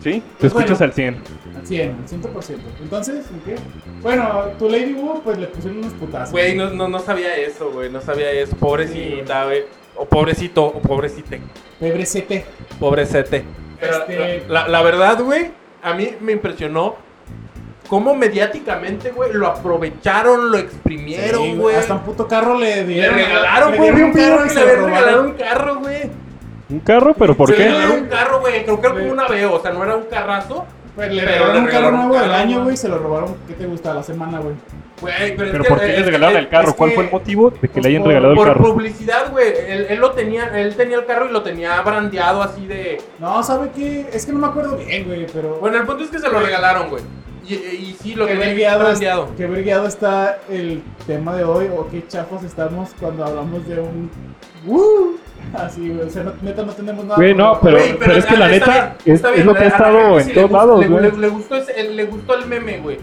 ¿Sí? Te Pues bueno. escuchas al 100. Al 100, al 100%. Entonces, ¿en qué? Bueno, tu Lady Wu pues le pusieron unos putazos. Güey, no, no, no sabía eso, güey. No sabía eso. Pobrecita, güey. O pobrecito, o pobrecite. PBCT. Pobrecete. Pero eh, Este- la, la- la verdad, güey, a mí me impresionó cómo mediáticamente, güey, lo aprovecharon, lo Sí, exprimieron, güey. Hasta un puto carro le le dieron. regalaron, le güey, dieron un carro, y se le lo habían robaron. regalado un carro, güey. ¿Un carro? ¿Pero por Se le qué? regaló un carro, güey. Creo que era como una veo, o sea, no era un carrazo. Pues Le le regalaron un carro regalaron nuevo un del carro, año, güey. güey. Se lo robaron. ¿Qué te gusta? La semana, güey. Güey, pero es ¿Pero que- por qué es le que- regalaron el carro? es ¿Cuál que fue el motivo de que pues le hayan por- regalado el Por carro? publicidad, güey. Él, él lo tenía, él tenía el carro y lo tenía brandeado así de. No, ¿sabe qué? Es que no me acuerdo bien, güey, pero... Bueno, el punto es que se lo regalaron, güey. Y, y sí, lo qué tenía vergueado es- brandeado. qué vergueado está el tema de hoy, o qué chafos estamos cuando hablamos de un... ¡Woo! Así, güey, o sea, no, neta no tenemos nada... Güey, no, pero- Güey, ah, es que la está neta bien, es- está es bien, lo que ha a la estado gente en le todos gust- lados, le- güey. Le, le gustó ese- el- le gustó el meme, güey.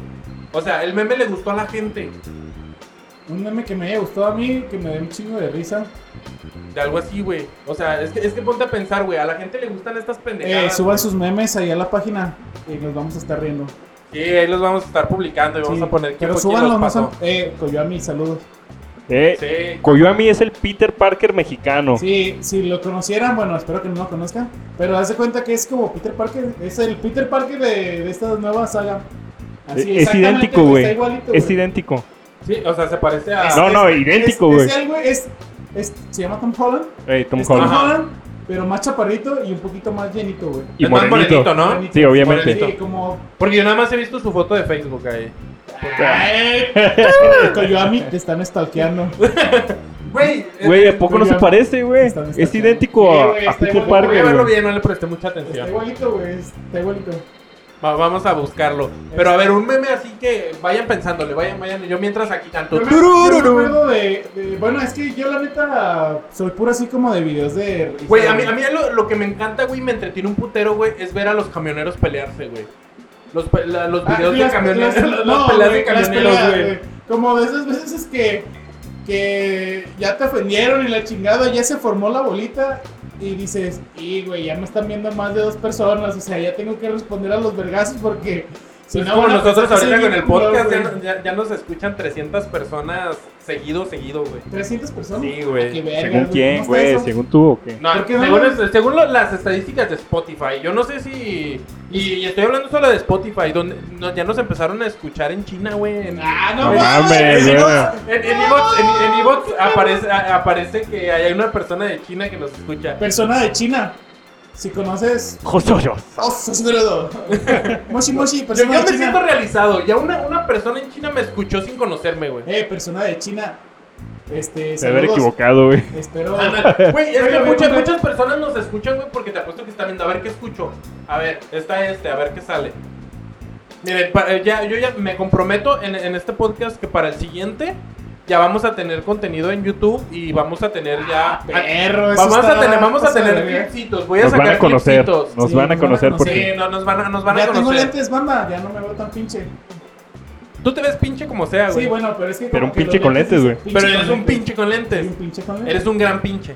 O sea, el meme le gustó a la gente. Un meme que me haya gustado a mí, que me dé un chingo de risa. De algo así, güey. O sea, es que, es que ponte a pensar, güey. A la gente le gustan estas pendejadas. Eh, suban sus memes ahí a la página y nos vamos a estar riendo. Sí, ahí los vamos a estar publicando y vamos Sí, a poner quién Pero fue quien súbanlos, los no pasó. son... Eh, Coyoami, saludos. Eh, Sí. Coyoami es el Peter Parker mexicano. Sí, si lo conocieran, bueno, espero que no lo conozcan, pero haz de cuenta que es como Peter Parker, es el Peter Parker de, de esta nueva saga. Eh, es exactamente, pues, idéntico, Está güey. igualito, Es güey. idéntico. Sí, o sea, se parece a. Es- No, Ah, es- no, idéntico, es- güey. Es, el güey, es, es- se llama Tom Holland. Ey, Tom es Tom Holland. Ajá. Holland, pero más chaparrito y un poquito más llenito, güey. Y Es más morenito. morenito, ¿no? Llenito. Sí, obviamente. Sí, como Porque yo nada más he visto su foto de Facebook ahí. Ah, Koyoami te están stalkeando. Güey, eh, Güey, ¿a poco no se Coyoami. parece, güey? Están- están- Es idéntico Sí, a, güey, a está Peter igual, voy a Parker, verlo güey. bien, no le presté mucha Está atención. igualito, güey, está igualito. Va- vamos a buscarlo. Pero a ver, un meme así que vayan pensándole, vayan, vayan. Yo mientras aquí tanto. Yo me- yo me acuerdo de, de- Bueno, es que yo la neta soy puro así como de videos de... Güey, a mí, a mí lo, lo que me encanta, güey, me entretiene un putero, güey, es ver a los camioneros pelearse, güey. Los, pe- la- los Ah, videos de las- camioneros. las- las no, peleas de güey, las camioneros, peleas, güey. güey. Como de esas veces es que, que ya te ofendieron y la chingada, ya se formó la bolita y dices, y güey, ya me están viendo más de dos personas, o sea, ya tengo que responder a los vergazos porque si es no Pues como van a nosotros pensar que ahorita soy con el bien culero, podcast ya, güey". nos- ya- ya nos escuchan 300 personas seguido, seguido, güey. 300 personas. Sí, Ah, qué güey. verga, ¿Según ¿cómo quién, está güey? eso? ¿Según tú o qué? No, ¿Por qué no? Ah, según, es- según lo- las estadísticas de Spotify, yo no sé si... Y, y estoy hablando solo de Spotify, donde no- ya nos empezaron a escuchar en China, güey. En, Ah, no, No mames. mames, sí, güey. no. en, en Evox- en- en Evox aparece, a- aparece que hay una persona de China que nos escucha. Persona de China. Si conoces. Oh, seguro. Moshi Moshi, Yo persona ya de me China. siento realizado. Ya una, una persona en China me escuchó sin conocerme, güey. Eh, persona de China. Este, Se haber saludos. equivocado, güey. Espero. Ah, Güey, es Oye, que oye, muchas, oye. muchas personas nos escuchan, güey, porque te apuesto que están viendo. A ver qué escucho. A ver, está este, a ver qué sale. Miren, pa- eh, ya, yo ya me comprometo en, en este podcast que para el siguiente ya vamos a tener contenido en YouTube y vamos a tener ya. Perro, Ah, pues, eso vamos a está- pues, tener, vamos a está tener de verga. clipsitos. Voy a Nos sacar van a conocer. clipsitos. Nos Sí, van a nos van a conocer Sí, porque. no, nos van a, nos van a Ya tengo conocer. lentes, banda. Ya no me veo tan pinche. Tú te ves pinche como sea, Ah, güey. Sí, bueno, pero es que. Pero como un que los pinche con lentes, dicen Pero eres con un pinche con Soy lentes. un pinche con lentes. Eres un gran pinche.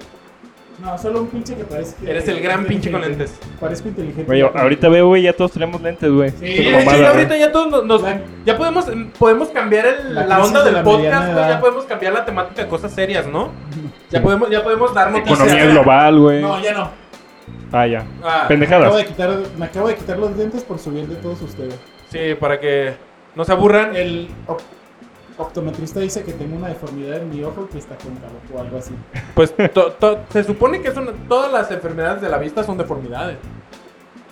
No, solo un pinche que parece. que- Eres el gran pinche con lentes. Parezco inteligente. Güey, ahorita veo, güey, ya todos tenemos lentes, güey. Sí, Sí, Qué sí, mamada, ¿eh? sí, güey. ahorita ya todos nos, nos- La- ya podemos em, podemos cambiar el- La la, crisis onda de del la mediana podcast, güey, edad. ya podemos cambiar la temática de cosas serias, ¿no? Ya podemos ya podemos dar noticias. Economía global, güey. No, ya no. Ah, ya. Ah, Me acabo, de Pendejadas. quitar, me acabo de quitar los lentes por subir de todos ustedes. sí, para que no se aburran. El op- optometrista dice que tengo una deformidad en mi ojo que está cóncavo o algo así. Pues to- to- se supone que son todas las enfermedades de la vista son deformidades.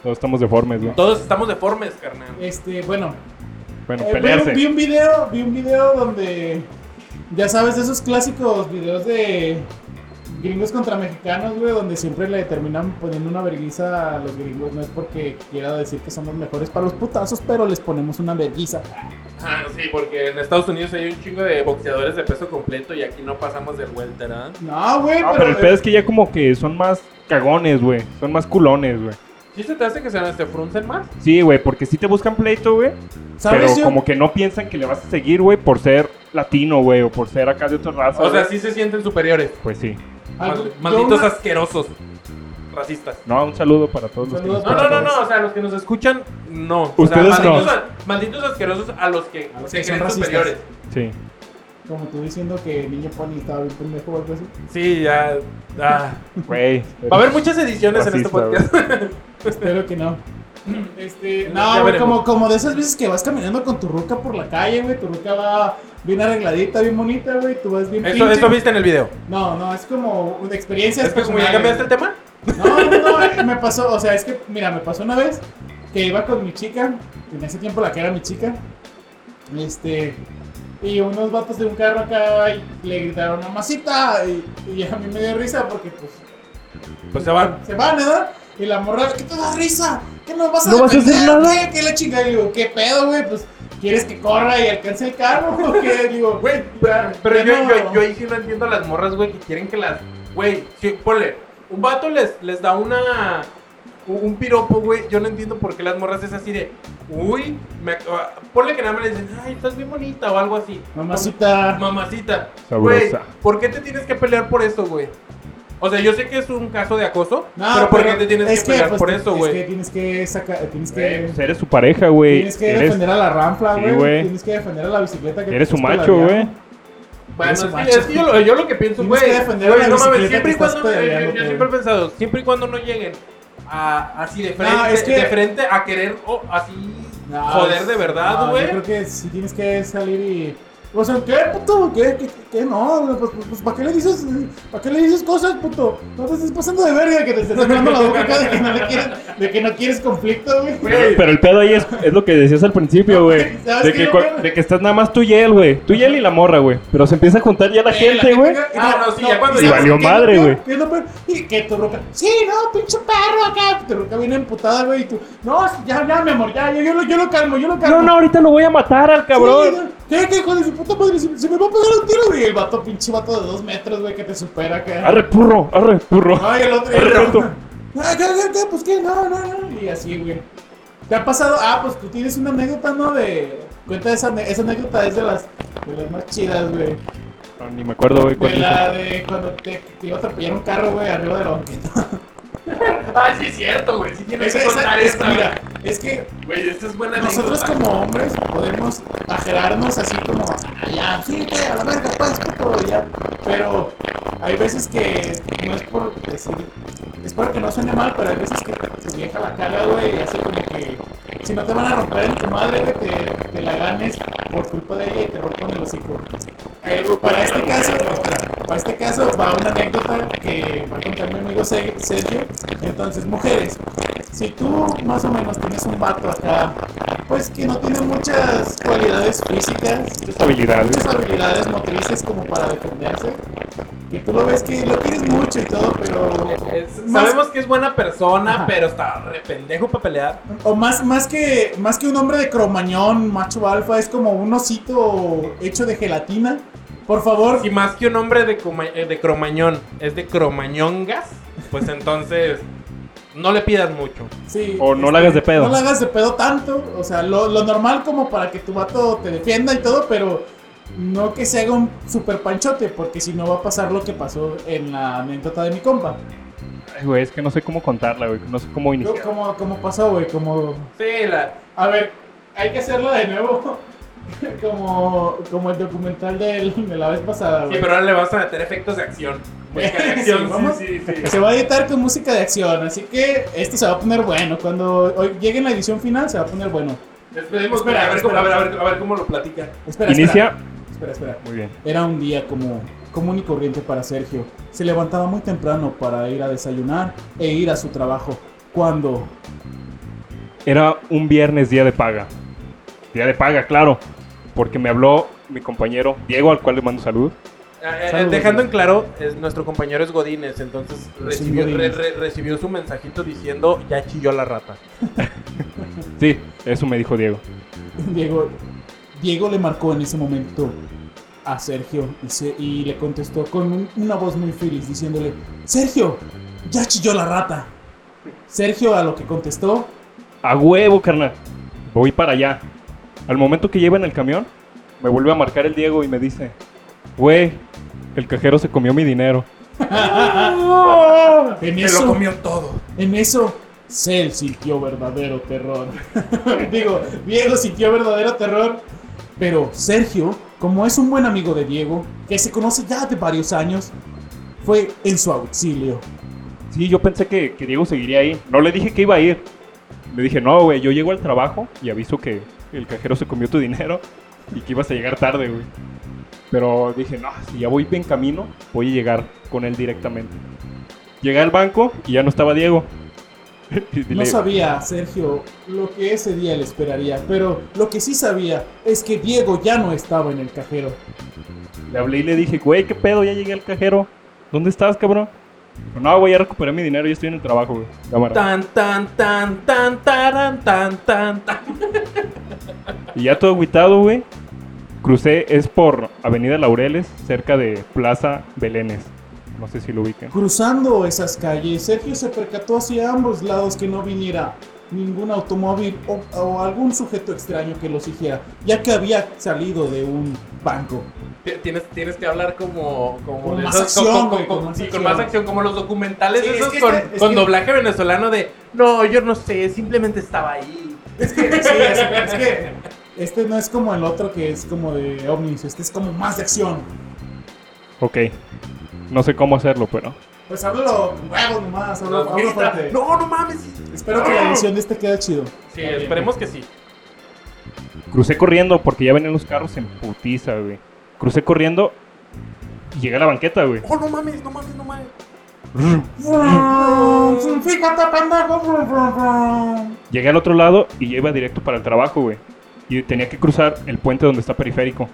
Todos estamos deformes, güey. Todos estamos deformes, carnal. Este, bueno, Bueno, eh, vi, un- vi pelearse. un video, vi un video donde ya sabes de esos clásicos videos de gringos contra mexicanos, güey, donde siempre le terminan poniendo una verguiza a los gringos, no es porque quiera decir que somos mejores para los putazos, pero les ponemos una verguiza. Ah, sí, porque en Estados Unidos hay un chingo de boxeadores de peso completo y aquí no pasamos del welter, ¿ah? No, güey, No, pero el pedo es que ya como que son más cagones, güey. Son más culones, güey. ¿Sí se te hace que se, se fruncen más? Sí, güey, porque sí te buscan pleito, güey. ¿sabes? Pero yo- como que no piensan que le vas a seguir, güey, por ser latino, güey, o por ser acá de otra raza. O güey. sea, sí se sienten superiores. Pues sí. algo- Mal- yo malditos una- asquerosos. Racistas. No, un saludo para todos los que Saludos nos No, no, no, para no, o sea, los que nos escuchan, no. O sea, Ustedes malditos, no. a- malditos asquerosos a los que A los se que son creen racistas. superiores. Sí. Como tú diciendo que el niño pony estaba bien pendejo o algo así. Sí, ya. ah. Güey. Va a haber muchas ediciones en este Racista, podcast. Espero que no. Este, Ya no, güey, veremos. como, como de esas veces que vas caminando con tu ruca por la calle, güey. Tu ruca va bien arregladita, bien bonita, güey. Tú vas bien Eso, pinche. eso viste en el video. No, no, es como una experiencia. Es que como ya cambiaste el tema, No, no, no, me pasó, o sea, es que, mira, me pasó una vez que iba con mi chica, en ese tiempo la que era mi chica, este, y unos vatos de un carro acá y le gritaron, mamacita, y, y a mí me dio risa porque, pues, pues se van. se van, ¿verdad? Y la morra, ¿qué te da risa? ¿Qué no vas a ¿No vas a defender, hacer nada? güey? ¿Qué la chica? Y digo, ¿qué pedo, güey? Pues, ¿quieres que corra y alcance el carro? ¿O qué? Digo, güey, ya- Pero ya yo, no- yo, yo ahí sí no entiendo a las morras, güey, que quieren que las. Güey, sí, ponle. Un vato les, les da una. Un un piropo, güey. Yo no entiendo por qué las morras es así de. Uy, me, ac- ah, ponle que nada más le dicen, ay, estás bien bonita o algo así. Mamacita. Mamacita. Sabrosa. Güey, ¿por qué te tienes que pelear por eso, güey? O sea, yo sé que es un caso de acoso, No, pero ¿por qué pero te tienes es que pelear pues, por es eso, que güey? tienes que sacar, tienes que... Pues eres su pareja, güey. Tienes que Eres, defender a la rampla, Sí, güey. güey. Tienes que defender a la bicicleta que eres te un estás macho, güey. pedaleando. Bueno, Eres es un que, macho. es que yo, lo, yo lo que pienso, Tienes güey. que defender güey, la no mames, bicicleta siempre y que estás cuando. Yo, yo- yo pedaleando, siempre he güey. pensado, siempre y cuando no lleguen a, así de frente, No, es que- de frente a querer o así No, joder es- de no, verdad, Yo güey. creo que sí tienes que salir y. O sea, ¿qué, puto? ¿Qué, qué, qué? No, güey, pues, pues, pues, ¿para qué le dices, para qué le dices cosas, puto? No te estés pasando de verga que te estés sacando la boca acá de que no le quieres, de que no quieres conflicto, güey. Pero el pedo ahí es, es lo que decías al principio, güey. ¿Sabes De, qué, que no, cua- güey? de que estás nada más tú y él, güey. Tú y él y la morra, güey. Pero se empieza a juntar ya la gente, güey. Ah, no, sí, ya cuando Y ya- valió ¿qué es lo madre, peor? güey. ¿Qué es lo peor? Y que tu roca, sí, no, pinche perro acá. Tu roca viene emputada, güey, y tú, no, ya, ya, mi amor, ya, yo, yo, lo, yo lo calmo, yo lo calmo. No, no, ahorita lo voy a matar al Sí, cabrón. no. ¿Qué, qué, hijo de su puta madre? Se, se me va a pegar un tiro, güey. El vato, pinche vato de dos metros, güey, que te supera, acá. Arre purro, arre purro. Ay, el otro. Arre, el roto. Ah, ¿qué, qué, qué? Pues qué, no, no, no. Y así, güey. ¿Te ha pasado? Ah, pues tú tienes una anécdota, ¿no? De. Cuenta esa, ane- esa anécdota, es de las, de las más chidas, güey. No, ni me acuerdo, güey. cuál De es. la de cuando te, te iba a atropellar un carro, güey, arriba de la banqueta. Ah, sí, es cierto, güey. Sí, tienes Esa, que esa, contar es, esta, mira, es que güey. Esta es buena Nosotros anécdota. como hombres podemos ajerarnos así como, "Ah, ya, sí, que a la verga, pues, puto, ya. Pero hay veces que, no es por decir, es para que no suene mal, pero hay veces que tu vieja la caga, güey, y hace como que, si no te van a romper en tu madre, güey, te, te la ganes por culpa de ella y te rompen el hocico. Eh, Para este caso, para este caso va una anécdota que va a contar mi amigo Se- Sergio. Entonces, mujeres, si tú más o menos tienes un vato acá, pues que no tiene muchas cualidades físicas, Esta habilidad, güey. muchas habilidades motrices como para defenderse, que tú lo ves que lo quieres mucho y todo, pero... Es- más- sabemos que es buena persona, Ajá. pero está re pendejo para pelear. O más, más, que, más que un hombre de cromañón, macho alfa, es como un osito hecho de gelatina. Por favor, Y más que un hombre de, coma- eh, de cromañón, es de cromañongas, pues entonces no le pidas mucho. sí, este, O no la hagas de pedo. No la hagas de pedo tanto. O sea, lo, lo normal como para que tu vato te defienda y todo, pero no que se haga un super panchote, porque si no va a pasar lo que pasó en la anécdota de mi compa. Ay, güey, es que no sé cómo contarla, güey. No sé cómo Yo, iniciar. como, como pasó, güey, como... Sí, la, A ver, hay que hacerlo de nuevo. como, como el documental del- de la vez pasada, sí, güey. pero ahora le vas a meter efectos de acción. Música de acción, Sí, vamos. sí, sí, sí. Se va a editar con música de acción, así que esto se va a poner bueno. Cuando hoy llegue la edición final se va a poner bueno. Esperemos, Espera, a, ver, espera. cómo- a ver, a ver, a ver cómo lo platica. Espera, espera. Inicia. Espera, espera. Muy bien. Era un día como común y corriente para Sergio. Se levantaba muy temprano para ir a desayunar e ir a su trabajo. Cuando Era un viernes día de paga. Día de paga, claro. Porque me habló mi compañero Diego, al cual le mando salud. Ah, eh, Saludos, dejando güey. en claro, es- nuestro compañero es Godínez, entonces recibió, re- Godínez. re- recibió su mensajito diciendo ya chilló la rata. Sí, eso me dijo Diego. Diego, Diego le marcó en ese momento a Sergio y, se- y le contestó con un- una voz muy feliz diciéndole, Sergio, ya chilló la rata. Sergio a lo que contestó, A huevo, carnal. Voy para allá. Al momento que lleva en el camión, me vuelve a marcar el Diego y me dice, güey, el cajero se comió mi dinero. en Se lo eso, comió todo. en eso, Cell sintió verdadero terror. Digo, Diego sintió verdadero terror. Pero Sergio, como es un buen amigo de Diego, que se conoce ya de varios años, fue en su auxilio. Sí, yo pensé que, que Diego seguiría ahí. No le dije que iba a ir. Le dije, no, güey, yo llego al trabajo y aviso que el cajero se comió tu dinero y que ibas a llegar tarde, güey. Pero dije, no, si ya voy bien camino, voy a llegar con él directamente. Llegué al banco y ya no estaba Diego. Y No le- sabía, Sergio, lo que ese día le esperaría, pero lo que sí sabía es que Diego ya no estaba en el cajero. Le hablé y le dije, güey, qué pedo, ya llegué al cajero. ¿Dónde estás, cabrón? Dijo, no, güey, ya recuperé mi dinero, ya estoy en el trabajo, güey. Cámara. Tan, tan, tan, tan, taran, tan, tan, tan. Y ya todo agüitado, güey. Crucé, es por Avenida Laureles, cerca de Plaza Belénes. No sé si lo ubiquen. Cruzando esas calles, Sergio se percató hacia ambos lados que no viniera ningún automóvil o, o algún sujeto extraño que lo siguiera, ya que había salido de un banco. T- Tienes, tienes que hablar como, como Con de más con- acción, güey, con- con más sí, acción. con más acción, como los documentales Sí, es esos que con, este- es con que- doblaje venezolano de no, yo no sé, simplemente estaba ahí. Es que, sí, es, es que este no es como el otro que es como de ovnis, este es como más de acción. Ok. No sé cómo hacerlo, pero. Pues háblalo con huevos nomás, háblalo, háblalo Grita, fuerte. no, no mames. Espero que la edición de este quede chido. Sí, esperemos que sí. Crucé corriendo porque ya venían los carros en putiza, güey. Crucé corriendo y llegué a la banqueta, güey. Oh, no mames, no mames, no mames. Fíjate, pendejo. Llegué al otro lado y ya iba directo para el trabajo, güey. Y tenía que cruzar el puente donde está periférico.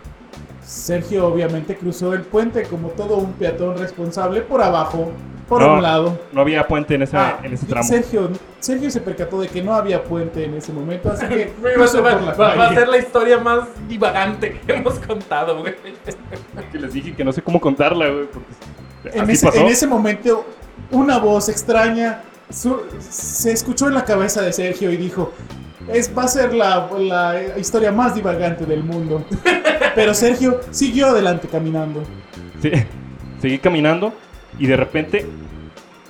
Sergio obviamente cruzó el puente como todo un peatón responsable por abajo, por No, un lado. No había puente en, esa, Ah, en ese tramo. Sergio, Sergio se percató de que no había puente en ese momento, así que Güey, Va a, cruzó ser, por la va- va a calle. ser la historia más divagante que hemos contado, güey. Que les dije que no sé cómo contarla, güey. porque En así ese, pasó. en ese momento, una voz extraña su- se escuchó en la cabeza de Sergio y dijo: es, Va a ser la, la historia más divagante del mundo. Pero Sergio siguió adelante caminando. Sí. Seguí caminando y de repente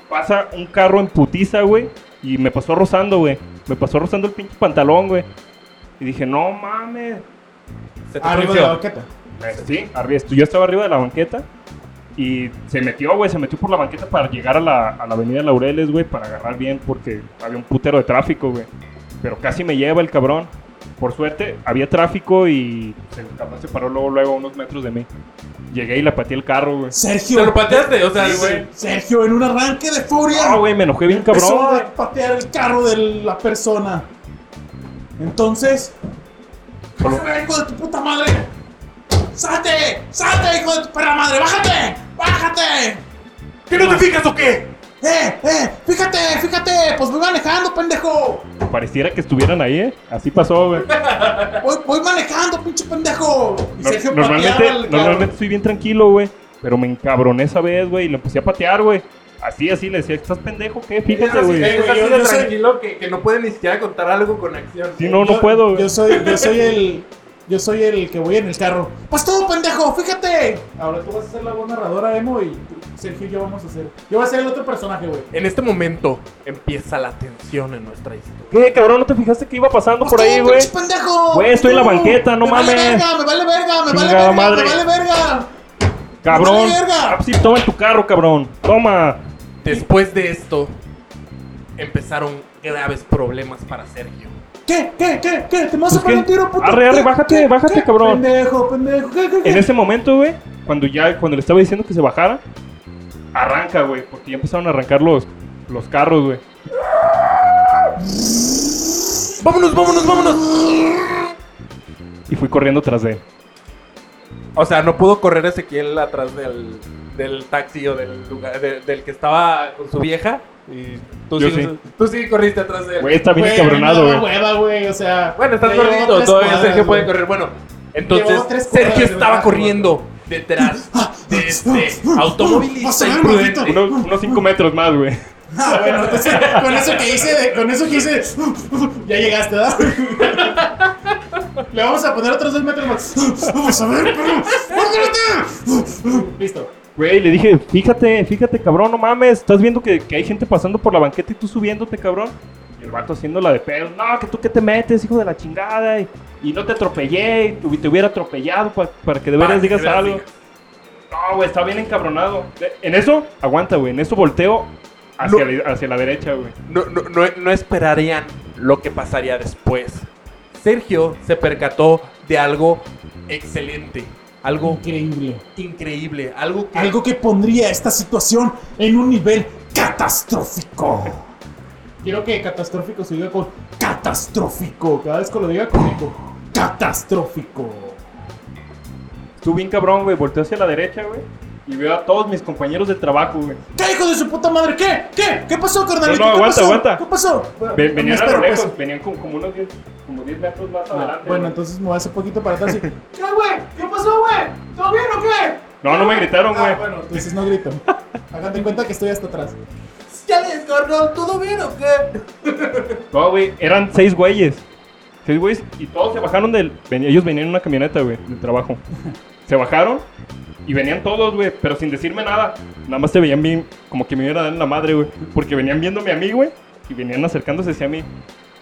pasa un carro en putiza, güey. Y me pasó rozando, güey. Me pasó rozando el pinche pantalón, güey. Y dije, no mames. Se te Arriba de frunció. la banqueta. Sí, arriba. estu- Yo estaba arriba de la banqueta y se metió, güey, se metió por la banqueta para llegar a la, a la avenida Laureles, güey, para agarrar bien porque había un putero de tráfico, güey. Pero casi me lleva el cabrón. Por suerte, había tráfico y el cabrón se paró luego, luego a unos metros de mí. Llegué y le pateé el carro, güey. Se Sergio, lo pateaste, o sea, Sí, güey. Sergio en un arranque de furia. Ah, Oh, güey, me enojé bien cabrón. Empezó güey. a patear el carro de la persona. Entonces. Solo- ¡Bájame, hijo de tu puta madre! ¡Sate! ¡Sate, hijo de tu perra madre! ¡Bájate! ¡Bájate! ¿Qué no te fijas o qué? ¡Eh, eh! ¡Fíjate, fíjate! ¡Pues voy manejando, pendejo! Pareciera que estuvieran ahí, ¿eh? Así pasó, güey. ¡Voy, voy manejando, pinche pendejo! Y No- Sergio normalmente, pateaba el carro. normalmente estoy bien tranquilo, güey. Pero me encabroné esa vez, güey, y le empecé a patear, güey. Así, así, le decía, ¿estás pendejo qué? Fíjate, Es así, güey. es güey, así yo- de yo sé- tranquilo que, que no puede ni siquiera contar algo con acción. Sí, no, Yo- no puedo, güey. Yo soy, yo soy el. Yo soy el que voy en el carro. ¡Pues tú, pendejo! ¡Fíjate! Ahora tú vas a ser la voz narradora, Emo, y tú, Sergio y yo vamos a ser. Yo voy a ser el otro personaje, güey. En este momento empieza la tensión en nuestra historia. ¿Qué, cabrón? ¿No te fijaste que iba pasando por Pues ahí, tú, güey? pinche pendejo! Güey, estoy en la Tú. banqueta, no me Vale mames. verga, me vale verga, me vale Chingada verga, madre. me vale verga. Cabrón. ¡Vale, verga! Ah, sí, toma en tu carro, cabrón. Toma. Después de esto, empezaron graves problemas para Sergio. ¿Qué, qué, qué, qué? ¿Te vas Pues, a poner ¿qué? un tiro, puto? Arre, arre, ¿Qué, bájate, qué, bájate, qué? cabrón. Pendejo, pendejo, ¿qué, qué, qué? En ese momento, güey, cuando ya, cuando le estaba diciendo que se bajara, arranca, güey, porque ya empezaron a arrancar los, los carros, güey. ¡Vámonos, vámonos, vámonos! Y fui corriendo tras de él. O sea, no pudo correr Ezequiel atrás del, del taxi o del lugar de- del que estaba con su vieja. Y tú, Yo sí, sí. tú sí corriste atrás de él. Güey, está bien Güey, encabronado, me daba güey. hueva, güey, o sea. Bueno, estás me llevó gordito, tres todavía cuadras, Sergio puede güey. correr. Bueno, entonces Llevó tres cuadras, Ah. Sergio de estaba verdad, corriendo detrás de este automovilista Pásame, imprudente. maldito. Unos, unos cinco metros más, güey. Ah, bueno, entonces, con eso que hice, de- con eso que hice, ya llegaste, ¿verdad? Le vamos a poner otros dos metros más. Vamos a ver, perro. ¡Ándale! Listo. Güey, le dije, fíjate, fíjate, cabrón, no mames. Estás viendo que, que hay gente pasando por la banqueta y tú subiéndote, cabrón. Y el vato haciéndola de pedo. No, que tú qué te metes, hijo de la chingada. Y, y no te atropellé, y tu- te hubiera atropellado pa- para que de Para veras que digas de veras algo. digas. No, güey, está bien encabronado. De- En eso, aguanta, güey. En eso volteo hacia, No. la, hacia la derecha, güey. no, no, no, no esperarían lo que pasaría después. Sergio se percató de algo excelente, algo Increíble. increíble, algo que... Algo que pondría esta situación en un nivel catastrófico. Quiero que catastrófico se diga con catastrófico. Cada vez que lo diga con eco. Catastrófico. Estuve bien cabrón, güey. Volteo hacia la derecha, güey. Y veo a todos mis compañeros de trabajo, güey. ¿Qué hijo de su puta madre? ¿Qué? ¿Qué? ¿Qué pasó, carnalito? No, no, ¿Qué aguanta, pasó? aguanta. ¿Qué pasó? Ve- Venían Me a lo espero, lejos, pues. venían como, como unos 10 como 10 metros más Ah, adelante. bueno, güey. entonces me voy hace poquito para atrás y... ¿Qué, güey? ¿Qué pasó, güey? ¿Todo bien o qué? No, no me gritaron, güey. Ah, bueno, entonces no grito. Hágate en cuenta que estoy hasta atrás. ¿Ya les gordo? ¿Todo bien o qué? No, güey, eran seis güeyes. Seis güeyes y todos se bajaron del. ven- ellos venían en una camioneta, güey, del trabajo. Se bajaron y venían todos, güey, pero sin decirme nada. Nada más se veían bien, como que me iban a dar en la madre, güey. Porque venían viéndome a mí, güey, y venían acercándose hacia mí.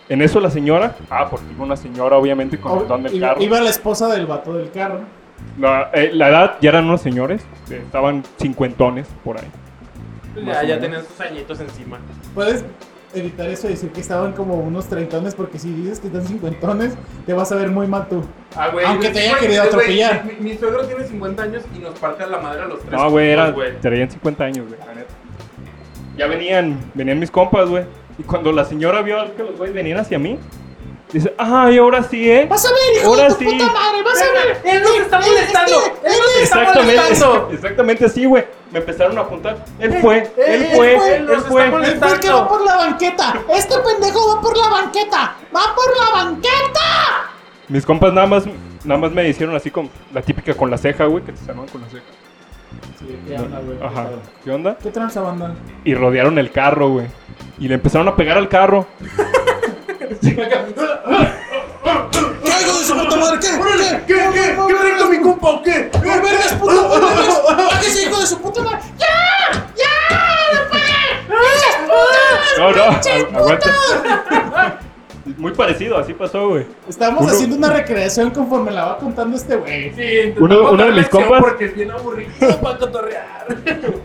En eso la señora. Ah, porque iba una señora, obviamente, con el don del Iba, carro. Oh, iba la esposa del vato del carro. La, eh, la edad ya eran unos señores, eh, estaban cincuentones por ahí. Más o Ya, ya menos. tenían sus añitos encima. Puedes evitar eso de decir que estaban como unos treintones, porque si dices que están cincuentones, te vas a ver muy mal tú. Ah, güey, Aunque güey, te haya güey, querido güey, atropellar. Mi, mi suegro tiene 50 años y nos parte a la madre a los tres. No, güey, era, juntos, güey. traían 50 años, güey, la neta. Ya venían, venían mis compas, güey. Y cuando la señora vio que los güeyes venían hacia mí, dice, ay, ahora sí, ¿eh? ¡Vas a ver, hijo Ahora de tu sí. puta madre! ¡Vas a ver! Él nos está molestando. Él nos está Exactamente, molestando. exactamente así, güey. Me empezaron a apuntar. Él Eh, fue, él fue, él fue, él Eh, nos fue. está molestando. ¡El que va por la banqueta! ¡Este pendejo va por la banqueta! ¡Va por la banqueta! Mis compas nada más, nada más me hicieron así con la típica con la ceja, güey, que te saludan con la ceja. Sí, ¿qué onda, güey? Ajá. ¿Qué onda? ¿Qué tranza, banda? Y rodearon el carro, güey. Y le empezaron a pegar al carro. ¿Qué hijo de su puta madre? ¿Qué? ¿Qué? ¿Qué, qué, qué traigo mi compa o qué? ¡No vergas, puto! ¡No vergas! ¡Bájese, hijo de su puta madre! ¡Ya! ¡Ya! ¡Lo pagué! No, no, agu- aguanta. Muy parecido, así pasó, güey. Estábamos Uno- haciendo una recreación conforme la va contando este güey. Sí, intentamos Uno- uno de dar mis lección compas- Porque es bien aburrido para cotorrear.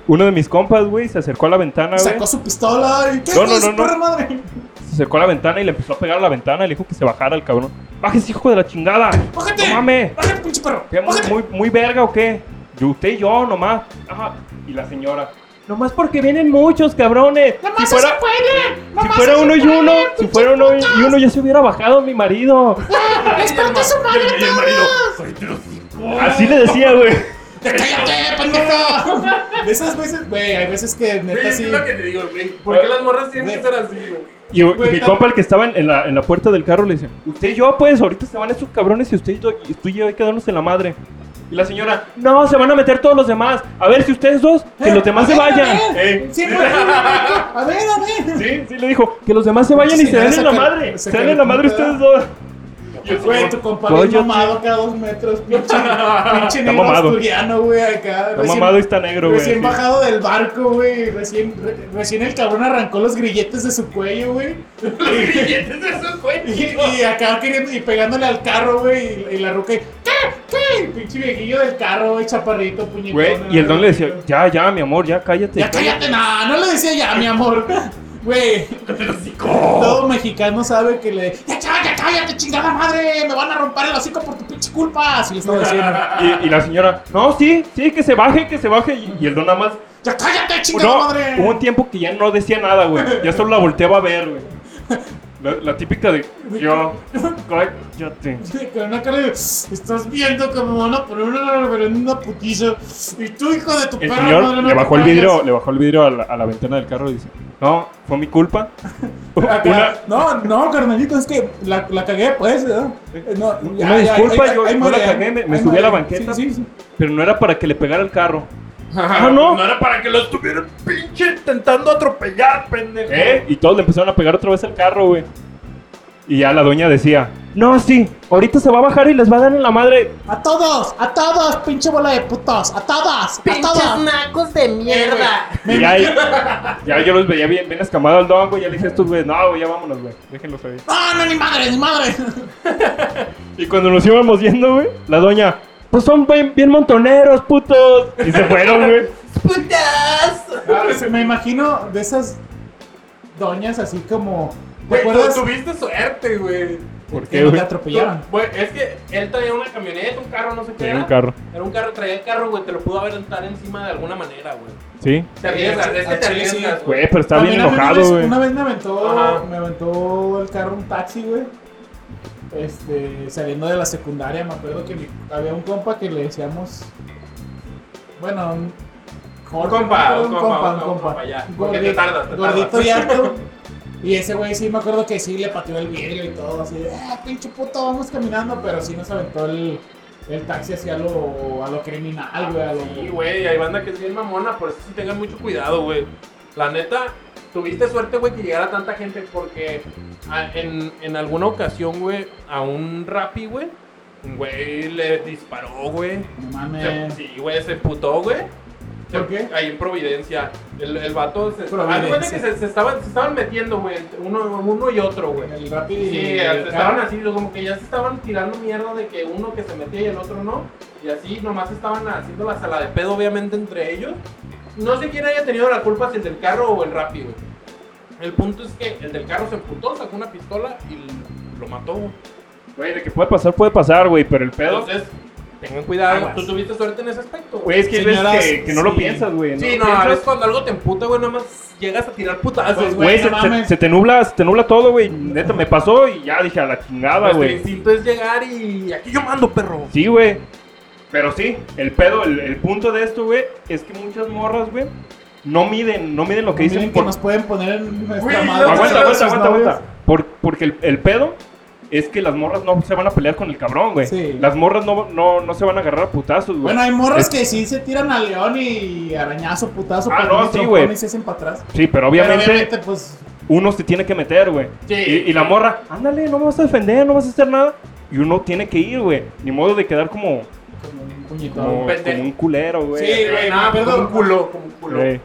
Uno de mis compas, güey, se acercó a la ventana, güey. Sacó su pistola y ¿qué No, hijo de no, no, su no. perra madre? Se acercó a la ventana y le empezó a pegar a la ventana. y Le dijo que se bajara el cabrón. ¡Bájese, hijo de la chingada! ¡Bájate! ¡No mames! ¡Bájate, pinche perro! ¿Qué, muy, ¡Bájate! muy, muy verga o qué? Yo, usted y yo nomás. Ajá. Y la señora. Nomás porque vienen muchos, cabrones. ¡Nomás si fuera, se puede! si ¡Nomás fuera se uno y puede, uno, si pinche fuera uno y putas! y uno ya se hubiera bajado mi marido. ¡Ah! ¡Les parte su madre a todos! Así le decía, güey. ¡Ya ¡Cállate, pendejo! De esas veces, güey, hay veces que Güey, neta es sí... lo que te digo, güey. ¿Por qué las morras tienen que ser así, güey? Y, y mi compa, el que estaba en en la, en la puerta del carro, le dice: Usted y yo, pues, ahorita se van esos cabrones y usted y yo, y tú y yo hay que darnos en la madre. Y la señora, no, se van a meter todos los demás. A ver si ustedes dos, que Eh, los demás se A ver, vayan. a ver. Eh, Sí, por favor, a ver, a ver. Sí, sí, le dijo que los demás se vayan y se Señora, den en la saca- madre. Se saca den el en la madre puto. ustedes dos. Güey, tu compa Coño, bien mamado cada dos metros, pinche, pinche negro mamado. asturiano, güey, acá. Está mamado y está negro, güey. Recién así. bajado del barco, güey. Recién, re- recién el cabrón arrancó los grilletes de su cuello, güey. Billetes de esos, güey. Y, y acá queriendo, y pegándole al carro, güey. Y, y la ruca, y, ¿qué? ¿Qué? Pinche viejillo del carro, güey, chaparrito, puñetón. Güey, y el don le decía, ya, ya, mi amor, ya, cállate. Ya cállate, nada, no le decía ya, mi amor. Güey, todo mexicano sabe que le. Ya cállate, ya cállate, chingada madre. Me van a romper el hocico por tu pinche culpa. Así le estaba diciendo. Y, y la señora, no, sí, sí, que se baje, que se baje. Y, y el don nada más, Ya cállate, chingada no, madre. hubo un tiempo que ya no decía nada, güey. Ya solo la volteaba a ver, güey. La, la típica de, yo, cállate. Con una cara de. Estás viendo que me van a poner una reverenda putiza. Y tú, hijo de tu El perra madre, señor no le te bajó el calles". vidrio, le bajó el vidrio a la, a la ventana del carro y dice, no, fue mi culpa. Acá, Una, No, no, carnalito, es que la, la cagué, pues. ¿no? Eh, no, ya, Una ya, disculpa, ahí- yo- ahí yo muere, la cagué, me- me ahí subí a la muere. banqueta. Sí, sí, sí. pero no era para que le pegara el carro. Ah, no. No era para que los tuvieran pinche intentando atropellar, pendejo. ¿Eh? Y todos le empezaron a pegar otra vez el carro, güey. Y ya la doña decía, no, sí, ahorita se va a bajar y les va a dar en la madre. A todos, a todos, pinche bola de putos, a todas, a Pinches todas. nacos de mierda. Y ya, ya yo los veía bien, bien escamado al don, güey. Ya le dije a estos, güey, no, güey, ya vámonos, güey. Déjenlos ahí. No, no, ni madre, ni madre. Y cuando nos íbamos yendo, güey, la doña, pues son bien, bien montoneros, putos. Y se fueron, güey. Putas. Ah, me imagino de esas doñas así como. ¿Te Güey, acuerdas? tú tuviste suerte, güey. ¿Por Que qué, no te güey? atropellaron. Güey, es que él traía una camioneta, un carro, no sé qué. Traía era. un carro. Era un carro, traía el carro, güey. Te lo pudo aventar encima de alguna manera, güey. Sí. Te arriesgas, Sí, es que a te Chile sí. arriesgas, Güey, pero está bien También a mí enojado, una, vez, güey. una vez me aventó, Ajá. me aventó el carro un taxi, güey. Este, saliendo de la secundaria, me acuerdo que mi- había un compa que le decíamos. Bueno, un, Un compa, un un compa, compa, un un compa, compa. ya. Un Porque te gordito- tardas, te Gordito tardas. y alto. Y ese güey sí, me acuerdo que sí le pateó el vidrio y todo, así de, ah, pinche puto, vamos caminando, pero sí nos aventó el, el taxi hacia lo, a lo criminal, güey, a lo... Sí, güey, hay banda que es bien mamona, por eso sí tengan mucho cuidado, güey. La neta, tuviste suerte, güey, que llegara tanta gente porque a- en, en alguna ocasión, güey, a un rapi, güey, un güey le disparó, güey. No Se- mames. Sí, güey, se putó, güey. Se- Eh. ¿Por qué? Ahí en Providencia. El, el vato se, Providencia. haz de cuenta que se, se estaban, se estaban metiendo, güey, entre uno, uno y otro, güey. El rápido Sí, y el se estaban carro. así, como que ya se estaban tirando mierda de que uno que se metía y el otro no. Y así nomás estaban haciendo la sala de pedo, obviamente, entre ellos. No sé quién haya tenido la culpa, si el del carro o el Rappi, güey. El punto es que el del carro se emputó, sacó una pistola y lo mató. Güey, de que puede pasar, puede pasar, güey, pero el pedo. Entonces, tengan cuidado. Aguas. Tú tuviste suerte en ese aspecto. güey. Güey, es que hay veces Señoras, que, que no lo sí. piensas, güey. Sí, no, lo a piensas. veces cuando algo te emputa, güey, nada más llegas a tirar putazos, Pues, güey. Güey, se, no se- mames. se te nubla, se te nubla todo, güey. Neta, me pasó y ya dije a la chingada, Nuestro güey. instinto es llegar y aquí yo mando, perro. Sí, güey. Pero sí, el pedo, el, el punto de esto, güey, es que muchas morras, güey, no miden, no miden lo que Miren dicen. que por- nos pueden poner en nuestra Güey, madre. no, Aguanta, Sus aguanta, aguanta, aguanta. Por- porque el, el pedo es que las morras no se van a pelear con el cabrón, güey. Sí. Las morras no, no, no se van a agarrar a putazos, güey. Bueno, hay morros Es- que sí se tiran a león y arañazo, putazo, Ah, pero no, ni sí, trompón güey. Y se hacen para atrás. Sí, pero Pero obviamente, obviamente, pues, uno se tiene que meter, güey. Sí. Y, y la morra, ándale, no me vas a defender, no vas a hacer nada. Y uno tiene que ir, güey. Ni modo de quedar como, como un como, puñetón. Un pendejo. como un culero, güey. Sí, güey, Nada, perdón. como un culo, como un culo. Güey.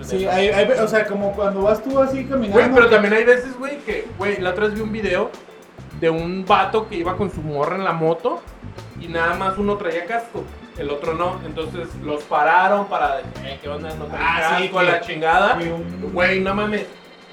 Sí, hay, hay- o sea, como cuando vas tú así caminando. Güey, pero también hay veces, güey, que, güey, la otra vez vi un video de un vato que iba con su morra en la moto y nada más uno traía casco, el otro no. Entonces los pararon para, eh, ¿qué onda? No traes Ah, sí, casco, que- la chingada. que un- Güey, no mames.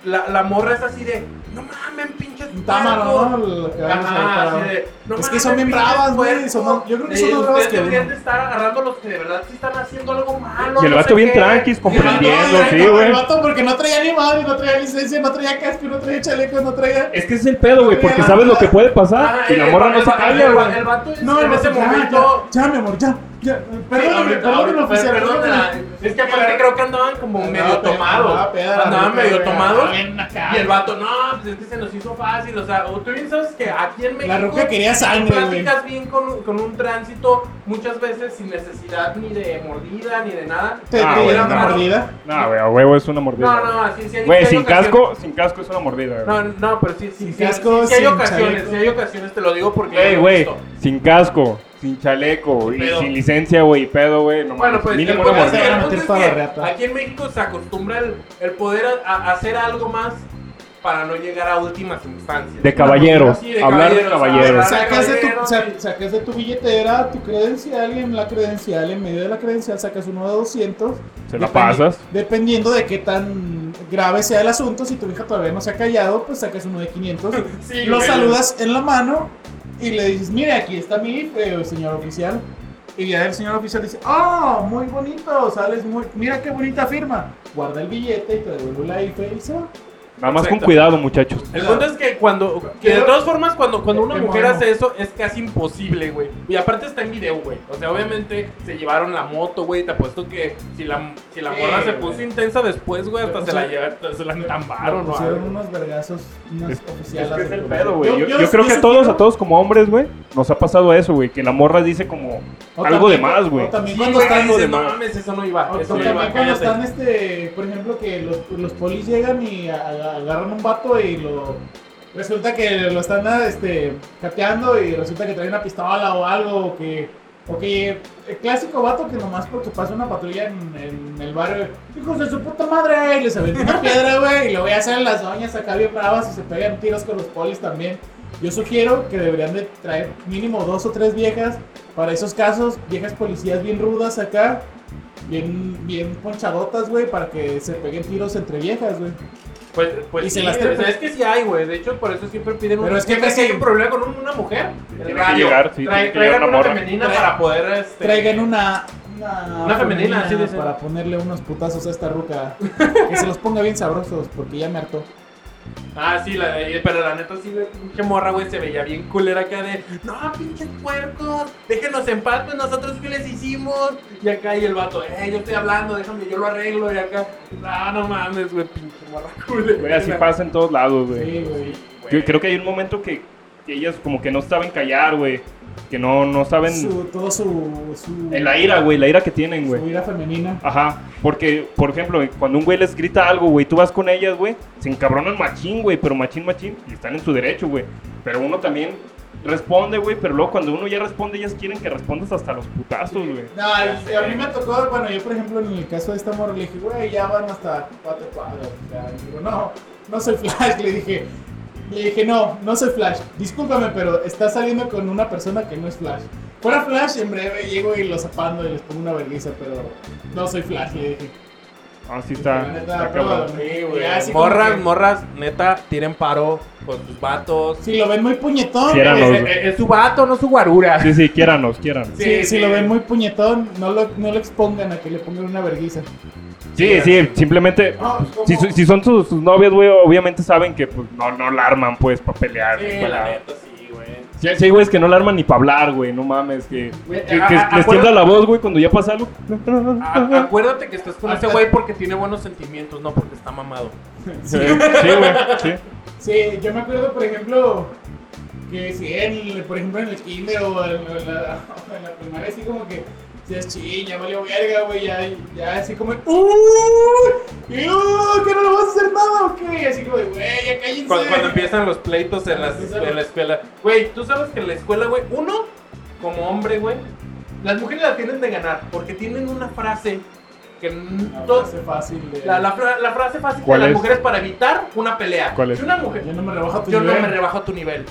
La, la morra es así de, no mames, pinches Un támaro, ¿no? puercos". Lo que vamos a ver, Ajá, pero- así de, "No Es que mames, son bien pinches bravas, güey, puercos". son más- yo creo que son Eh, más bravas ustedes que uno. deberían de estar agarrando los que de verdad sí están haciendo algo malo. Y el no vato sé bien qué. tranquis, comprendiendo, Ay, sí, no, el güey. vato porque no traía ni madre, no traía licencia, no traía casco, no traía chalecos, no traía. Es que ese es el pedo, güey, porque sabes lo que puede pasar Ah, y la el- morra no el- se el- calla, el- güey. El vato es- No, en ese ya, momento. Ya, ya, mi amor, ya. ya. Perdóname, Perdóname, perdóname, oficial. perdóname. Es que aparte creo que andaban como Andaba medio pedo, andaba tomados. pedo, Andaban andaba medio pedo, tomados. bien Ah, acá. Y el vato, no, pues es que se nos hizo fácil. O sea, o tú bien sabes que aquí en México. La ruca quería sangre, tú güey. Platicas bien con, con un tránsito muchas veces sin necesidad ni de mordida ni de nada. Te Ah, te güey, dieron no. una mordida. No, güey, a huevo es una No, mordida. no, así sí hay- Güey, sí hay sin ocasiones- casco, sin casco es una mordida, No, güey. no, pero sí, sí, Sin sí, casco, sí, sí hay sin ocasiones, chaleco. sí hay ocasiones, te lo digo porque yo Ey, lo he güey, visto. sin casco, sin chaleco y pedo. sin licencia, güey, y pedo, güey. No Bueno, mames, pues mínimo una el poder mordida. hacer- el punto mordida. Meter toda es la que reata. aquí en México se acostumbra el, el poder a, a hacer algo más para no llegar a últimas instancias. De caballero, Sí, de hablar de caballero, caballero. o sea, Sacas de, caballero, tu, sa- sí. sacas de tu billetera tu credencial y en la credencial, en medio de la credencial, sacas uno de 200. Se la Dependi- pasas. Dependiendo de qué tan grave sea el asunto, si tu hija todavía no se ha callado, pues sacas uno de 500. Sí, lo güey. saludas en la mano y le dices, mire, aquí está mi IFE, señor oficial. Y ya el señor oficial dice, ah, muy bonito, sales muy... Mira qué bonita firma. Guarda el billete y te devuelvo la IFE y se va. Nada más con Exacto. cuidado, muchachos. El punto es que cuando, que de Pero- todas formas, cuando, cuando una Qué mujer mono. hace eso es casi imposible, güey. Y aparte está en video, güey. O sea, obviamente se llevaron la moto, güey. Te apuesto que si la, si la Sí, morra se güey. puso intensa después, güey, hasta O se sea, la llevaron, se la entambaron, Claro, ¿no? pusieron unos vergazos, unas Es- oficiales. Es que es el de- pedo, güey. Yo, Yo- yo- yo creo yo que a sí todos, creo- a todos como hombres, güey, nos ha pasado eso, güey. Que la morra dice como O algo de también- más, güey. o también Sí, cuando güey, están... dices, de no más. mames, eso no iba. o Eso no también iba. cuando cállate". están, este, por ejemplo, que los, los polis llegan y a- a- agarran un vato y lo... Resulta que lo están, ah, este, cateando y resulta que trae una pistola o algo, o que... O que el clásico vato que nomás porque pasa una patrulla en, en el barrio, hijos de su puta madre, y les aventó una piedra, güey, y lo voy a hacer a las doñas acá bien bravas y se pegan tiros con los polis también. Yo sugiero que deberían de traer mínimo dos o tres viejas para esos casos, viejas policías bien rudas acá, bien, bien ponchadotas, güey, para que se peguen tiros entre viejas, güey. Pues, pues Y sí, se las o sea, trepan. es que sí hay, güey. De hecho, por eso siempre piden un. Pero es que siempre casi- hay un problema con un- una mujer. Tiene el que radio. llegar, sí, tiene que traigan llegar una una, morra. femenina Trae- para poder. Este, Traigan una... Una, Una femenina, sí, sí. para ponerle unos putazos a esta ruca. que se los ponga bien sabrosos, porque ya me hartó. Ah, sí, la de, pero la neta sí, la pinche morra, güey, se veía bien culera acá de. No, pinches puercos, déjenos en paz, pues nosotros qué les hicimos. Y acá, y el vato, eh, yo estoy hablando, déjame, yo lo arreglo. Y acá, ah, no mames, güey, pinche morra culera. Güey, así pasa en todos lados, güey. Sí, güey. Yo creo que hay un momento que, que ellas como que no saben callar, güey. Que no, no saben... Su- todo su... su en La ira, güey, la ira que tienen, güey. Su ira femenina. Ajá, porque, por ejemplo, güey, cuando un güey les grita algo, güey, tú vas con ellas, güey, se encabronan machín, güey, pero machín, machín, y están en su derecho, güey. Pero uno también responde, güey, pero luego cuando uno ya responde, ellas quieren que respondas hasta los putazos, güey. No, este, a mí me tocó, bueno, yo por ejemplo en el caso de esta morra le dije, güey, ya van hasta cuatro cuadras. O sea, y digo, no, no soy Flash, le dije. Le dije, no, no soy Flash. Discúlpame, pero estás saliendo con una persona que no es Flash. Fuera Flash, en breve llego y los zapando y les pongo una vergüenza, pero no soy Flash, le dije. Ah, sí La está. neta, está pruébalo, cabrón. güey. Ya, así como Morras, que- morras, neta, tiren paro con sus vatos. Si lo ven muy puñetón, Quiera- Es, Los- es- es su vato, no su guarura. Sí, sí, quiéranos, quiéranos. si, Sí, si sí. lo ven muy puñetón, no lo, no lo expongan a que le pongan una vergüenza. Sí, sí, simplemente. Si, su- si son sus, sus novias, güey, obviamente saben que pues, no, no la arman, pues, para pelear. ni Sí, pa' la nada. neta, sí, güey. Sí, sí, güey, es que no la arman ni para hablar, güey, no mames, que, que, que a- a- les acuérdate- tiembla la voz, güey, cuando ya pasa algo. A- Acuérdate que estás con ese güey porque tiene buenos sentimientos, no porque está mamado. Sí, güey, sí. Sí, yo me acuerdo, por ejemplo, que si en, el- por ejemplo, en el kinder o en, o en la, o en la primaria, así como que decías, sí, ya valió verga, güey, ya, ya, así como, ¡uh! y, ¡uh! ¿Que no lo vas a hacer nada o qué? Así como de, güey, ya cállense. Cuando, cuando empiezan los pleitos en, las- en la escuela. Güey, tú sabes que en la escuela, güey, uno, como hombre, güey, las mujeres la tienen de ganar porque tienen una frase que No, n- no to- hace fácil. de- la, la fra- la frase fácil de ¿Cuál las es? mujeres para evitar una pelea. ¿Cuál es? Si una mujer, Yo no me rebajo a tu yo no nivel. me rebajo a tu nivel.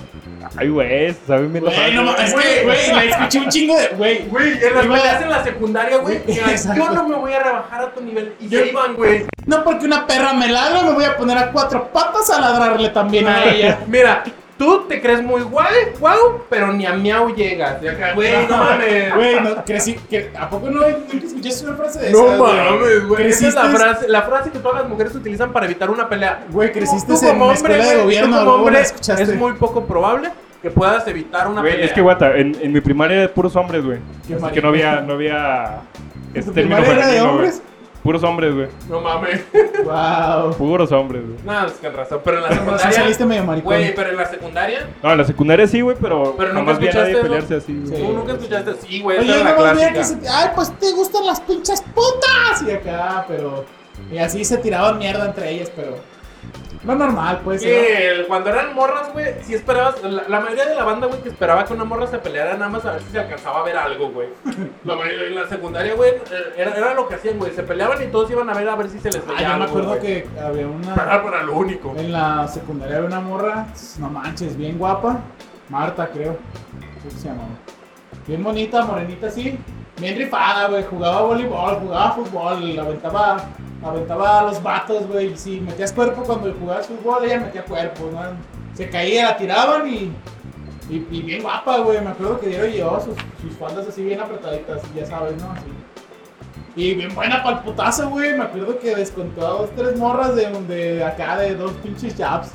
Ay, güey, saben bien la Güey, no, ma- es que, güey, la escuché un chingo de, güey, Güey, en las Iba- peleas en la secundaria, güey, Güey, que ay, exacto. yo no me voy a rebajar a tu nivel. Y Yo- se iban, güey. no porque una perra me ladra, me voy a poner a cuatro patas a ladrarle también a ella. Mira, tú te crees muy guay, guau, pero ni a miau llegas. Y acá, Güey, no mames. Güey, no, crecí, que, ¿a poco no nunca escuchaste una frase de No esas, mames, güey. Esa es la Creciste- frase, la frase que todas las mujeres utilizan para evitar una pelea. Güey, creciste Tú en la escuela de güey, gobierno, tú como ¿no? ¿La hombre, escuchaste? es muy poco probable que puedas evitar una Güey, pelea. es que, guata, en, en mi primaria era de puros hombres, güey. Qué Así mal. que no había, no había ese ¿Tu término primaria era de femenino, güey. hombres? Puros hombres, güey. No mames. Wow. Puros hombres, güey. No, es que razón. Pero en la Sí saliste secundaria. medio maricón. Güey, pero en la secundaria. No, en la secundaria sí, güey, pero, Pero nunca jamás vi a nadie escuchaste, pelearse así, güey. Sí. Tú nunca escuchaste. Sí, güey, esa Oye, es la no más mira clásica. que se... Ay, pues te gustan las pinches putas. Y acá, pero... Y así se tiraban mierda entre ellas, pero... No normal, pues. ¿no? Que el- cuando eran morras, güey, si esperabas, la, la mayoría de la banda, güey, que esperaba que una morra se peleara nada más a ver si se alcanzaba a ver algo, güey. La mayoría en la secundaria, güey, eh, era, era lo que hacían, güey. Se peleaban y todos iban a ver a ver si se les Ah, veía yo me algo, acuerdo güey. que había una... Parar para lo único. En la secundaria había una morra, no manches, bien guapa. Marta, creo. Creo que se llamaba. Bien bonita, morenita así. Bien rifada, güey. Jugaba voleibol, jugaba fútbol, aventaba, aventaba a los vatos, güey. Si metías cuerpo cuando jugabas fútbol, ella metía cuerpo, ¿no? Se caía, la tiraban y. Y, y bien guapa, güey. Me acuerdo que dieron llevaba sus, sus faldas así bien apretaditas, ya sabes, ¿no? Así. Y bien buena pa'l putazo, güey. Me acuerdo que descontó a dos, tres morras de, de acá, de dos pinches chaps.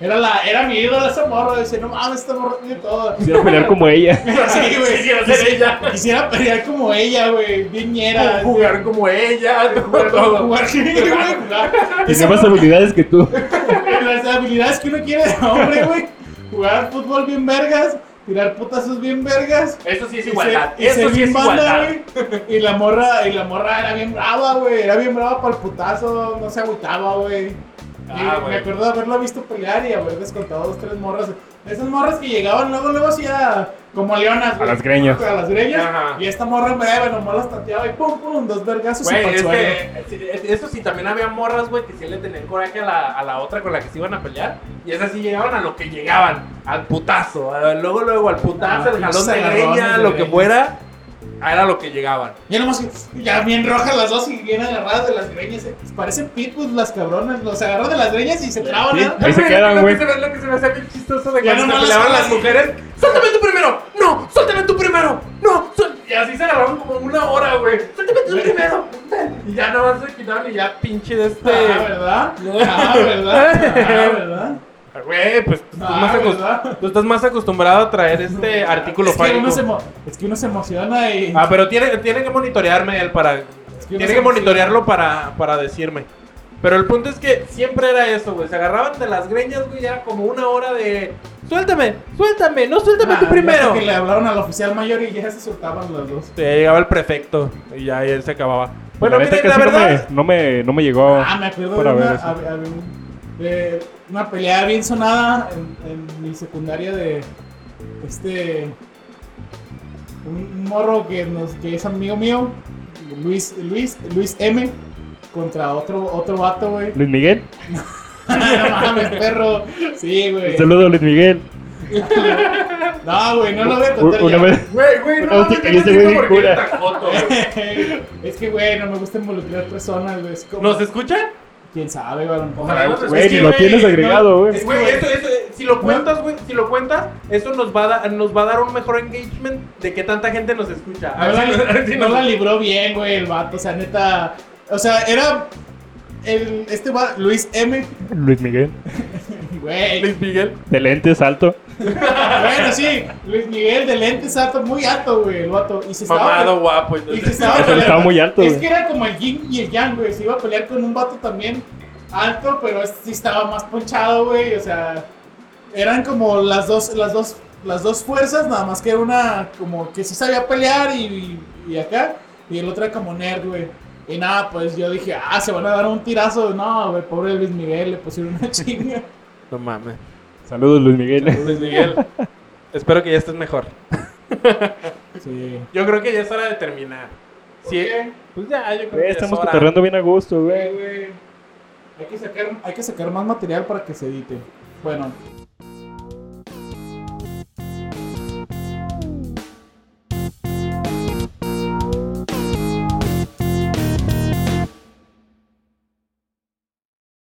Era, la, era mi ídola esa morra. Decía, no mames, esta morra tiene todo. Quisiera pelear como ella. Sí, güey. Quisiera ser ella. Quisiera pelear como ella, güey. Bien ñera. Jugar como ella, Jugar, todo. jugar, güey, jugar. Tenía Esa más habilidades que tú. las habilidades que uno quiere de hombre, güey. Jugar fútbol bien vergas, tirar putazos bien vergas. Eso sí es y igualdad. ser- y ser Eso sí bien es banda, igualdad. güey. Y la morra, y la morra era bien brava, güey. Era bien brava para el putazo, no se agüitaba, güey. Ah, Y me güey. acuerdo de haberla visto pelear y haber descontado dos, tres morras. Esas morras que llegaban luego, luego así a- como leonas, güey. las greñas. A las greñas. Ajá. Y esta morra me daba, nomás las tanteaba y pum, pum, dos vergazos y Güey, pa'l es suelo. que es- eso sí, también había morras, güey, que sí le tenían coraje a la, a la otra con la que se iban a pelear. Y esas sí llegaban a lo que llegaban, al putazo. a- luego, luego, al putazo, Ah, al jalón pinches de agarrones greña, de lo que greña. fuera, era lo que llegaban. Ya nomás, que- ya bien rojas las dos y bien agarradas de las greñas. eh. Parecen pitbulls las cabronas. Los agarran de las greñas y se traban. Sí. ¿no? Ahí se Lo que- quedan, lo que güey. se me- Lo que se me hace bien chistoso de Ya cuando se nomás peleaban las- las mujeres. ¡Suéltame tú primero! ¡No! ¡Suéltame tú primero! ¡No! suel-". Y así se agarraban como una hora, güey. ¡Suéltame tú primero! Y ya nomás se quitaban y ya pinche de este... Ah, ¿verdad? Ah, ¿verdad? Ah, ¿verdad? Güey, pues tú, Ah, más acos- ¿verdad? tú estás más acostumbrado a traer este artículo es que, fálico. uno se emo- es que uno se emociona y. Ah, pero tiene, tiene que monitorearme él para. que uno tiene se que monitorearlo para, para decirme. Pero el punto es que siempre era eso, güey. Se agarraban de las greñas, güey. Era como una hora de. Suéltame, suéltame, no suéltame Ah, tú primero. hasta Que le hablaron al oficial mayor y ya se soltaban los dos. Te llegaba el prefecto y ya y él se acababa. Bueno, la neta miren, que la sí no verdad. me, no me, no me llegó. Ah, me acuerdo de Para una, ver eso. hab- hab- un- de una pelea bien sonada en, en mi secundaria de este un un morro que nos que es amigo mío, Luis Luis Luis M contra otro otro vato, güey. Luis Miguel. no mames, perro. Sí, güey. Un saludo, Luis Miguel. No, güey, no lo voy a contar Una ya. vez. Güey, güey, Una no, vez no, que cayó ese güey bien cura. es que, güey, no me gusta involucrar personas, güey. Es como... ¿Nos escuchan? ¿Quién sabe, güey? A lo mejor- Ojalá no nos Güey, ni escuchen. lo Güey, tienes no, agregado, güey. Es Güey, eso, eso, eh, si lo cuentas, güey, si lo cuentas, eso nos va a, dar- nos va a dar un mejor engagement de que tanta gente nos escucha. A No la, ver si- a ver si no nos- la libró bien, güey, el vato. O sea, neta. O sea, era. El, este va Luis M. Luis Miguel. Güey. Luis Miguel. De lentes, alto. Bueno, sí. Luis Miguel de lentes alto, muy alto, güey, el vato. Y se estaba. Mamado, guapo. y se entonces. estaba, Eso peleando. estaba muy alto, Es güey. que era como el yin y el yang, güey. Se iba a pelear con un vato también alto, pero este sí estaba más ponchado, güey. O sea, eran como las dos, las dos, las dos fuerzas, nada más que era una como que sí sabía pelear y, y- y acá, y el otro era como nerd, güey. Y nada, pues yo dije, ah, se van a dar un tirazo. No, güey, pobre Luis Miguel, le pusieron una chinga. No mames. Saludos, Luis Miguel. Luis Miguel. Espero que ya estés mejor. Sí. Yo creo que ya es hora de terminar. Sí. Pues ya, yo creo que Güey, ya estamos es hora. cotorreando bien a gusto, güey. Hay que, sacar, hay que sacar más material para que se edite. Bueno,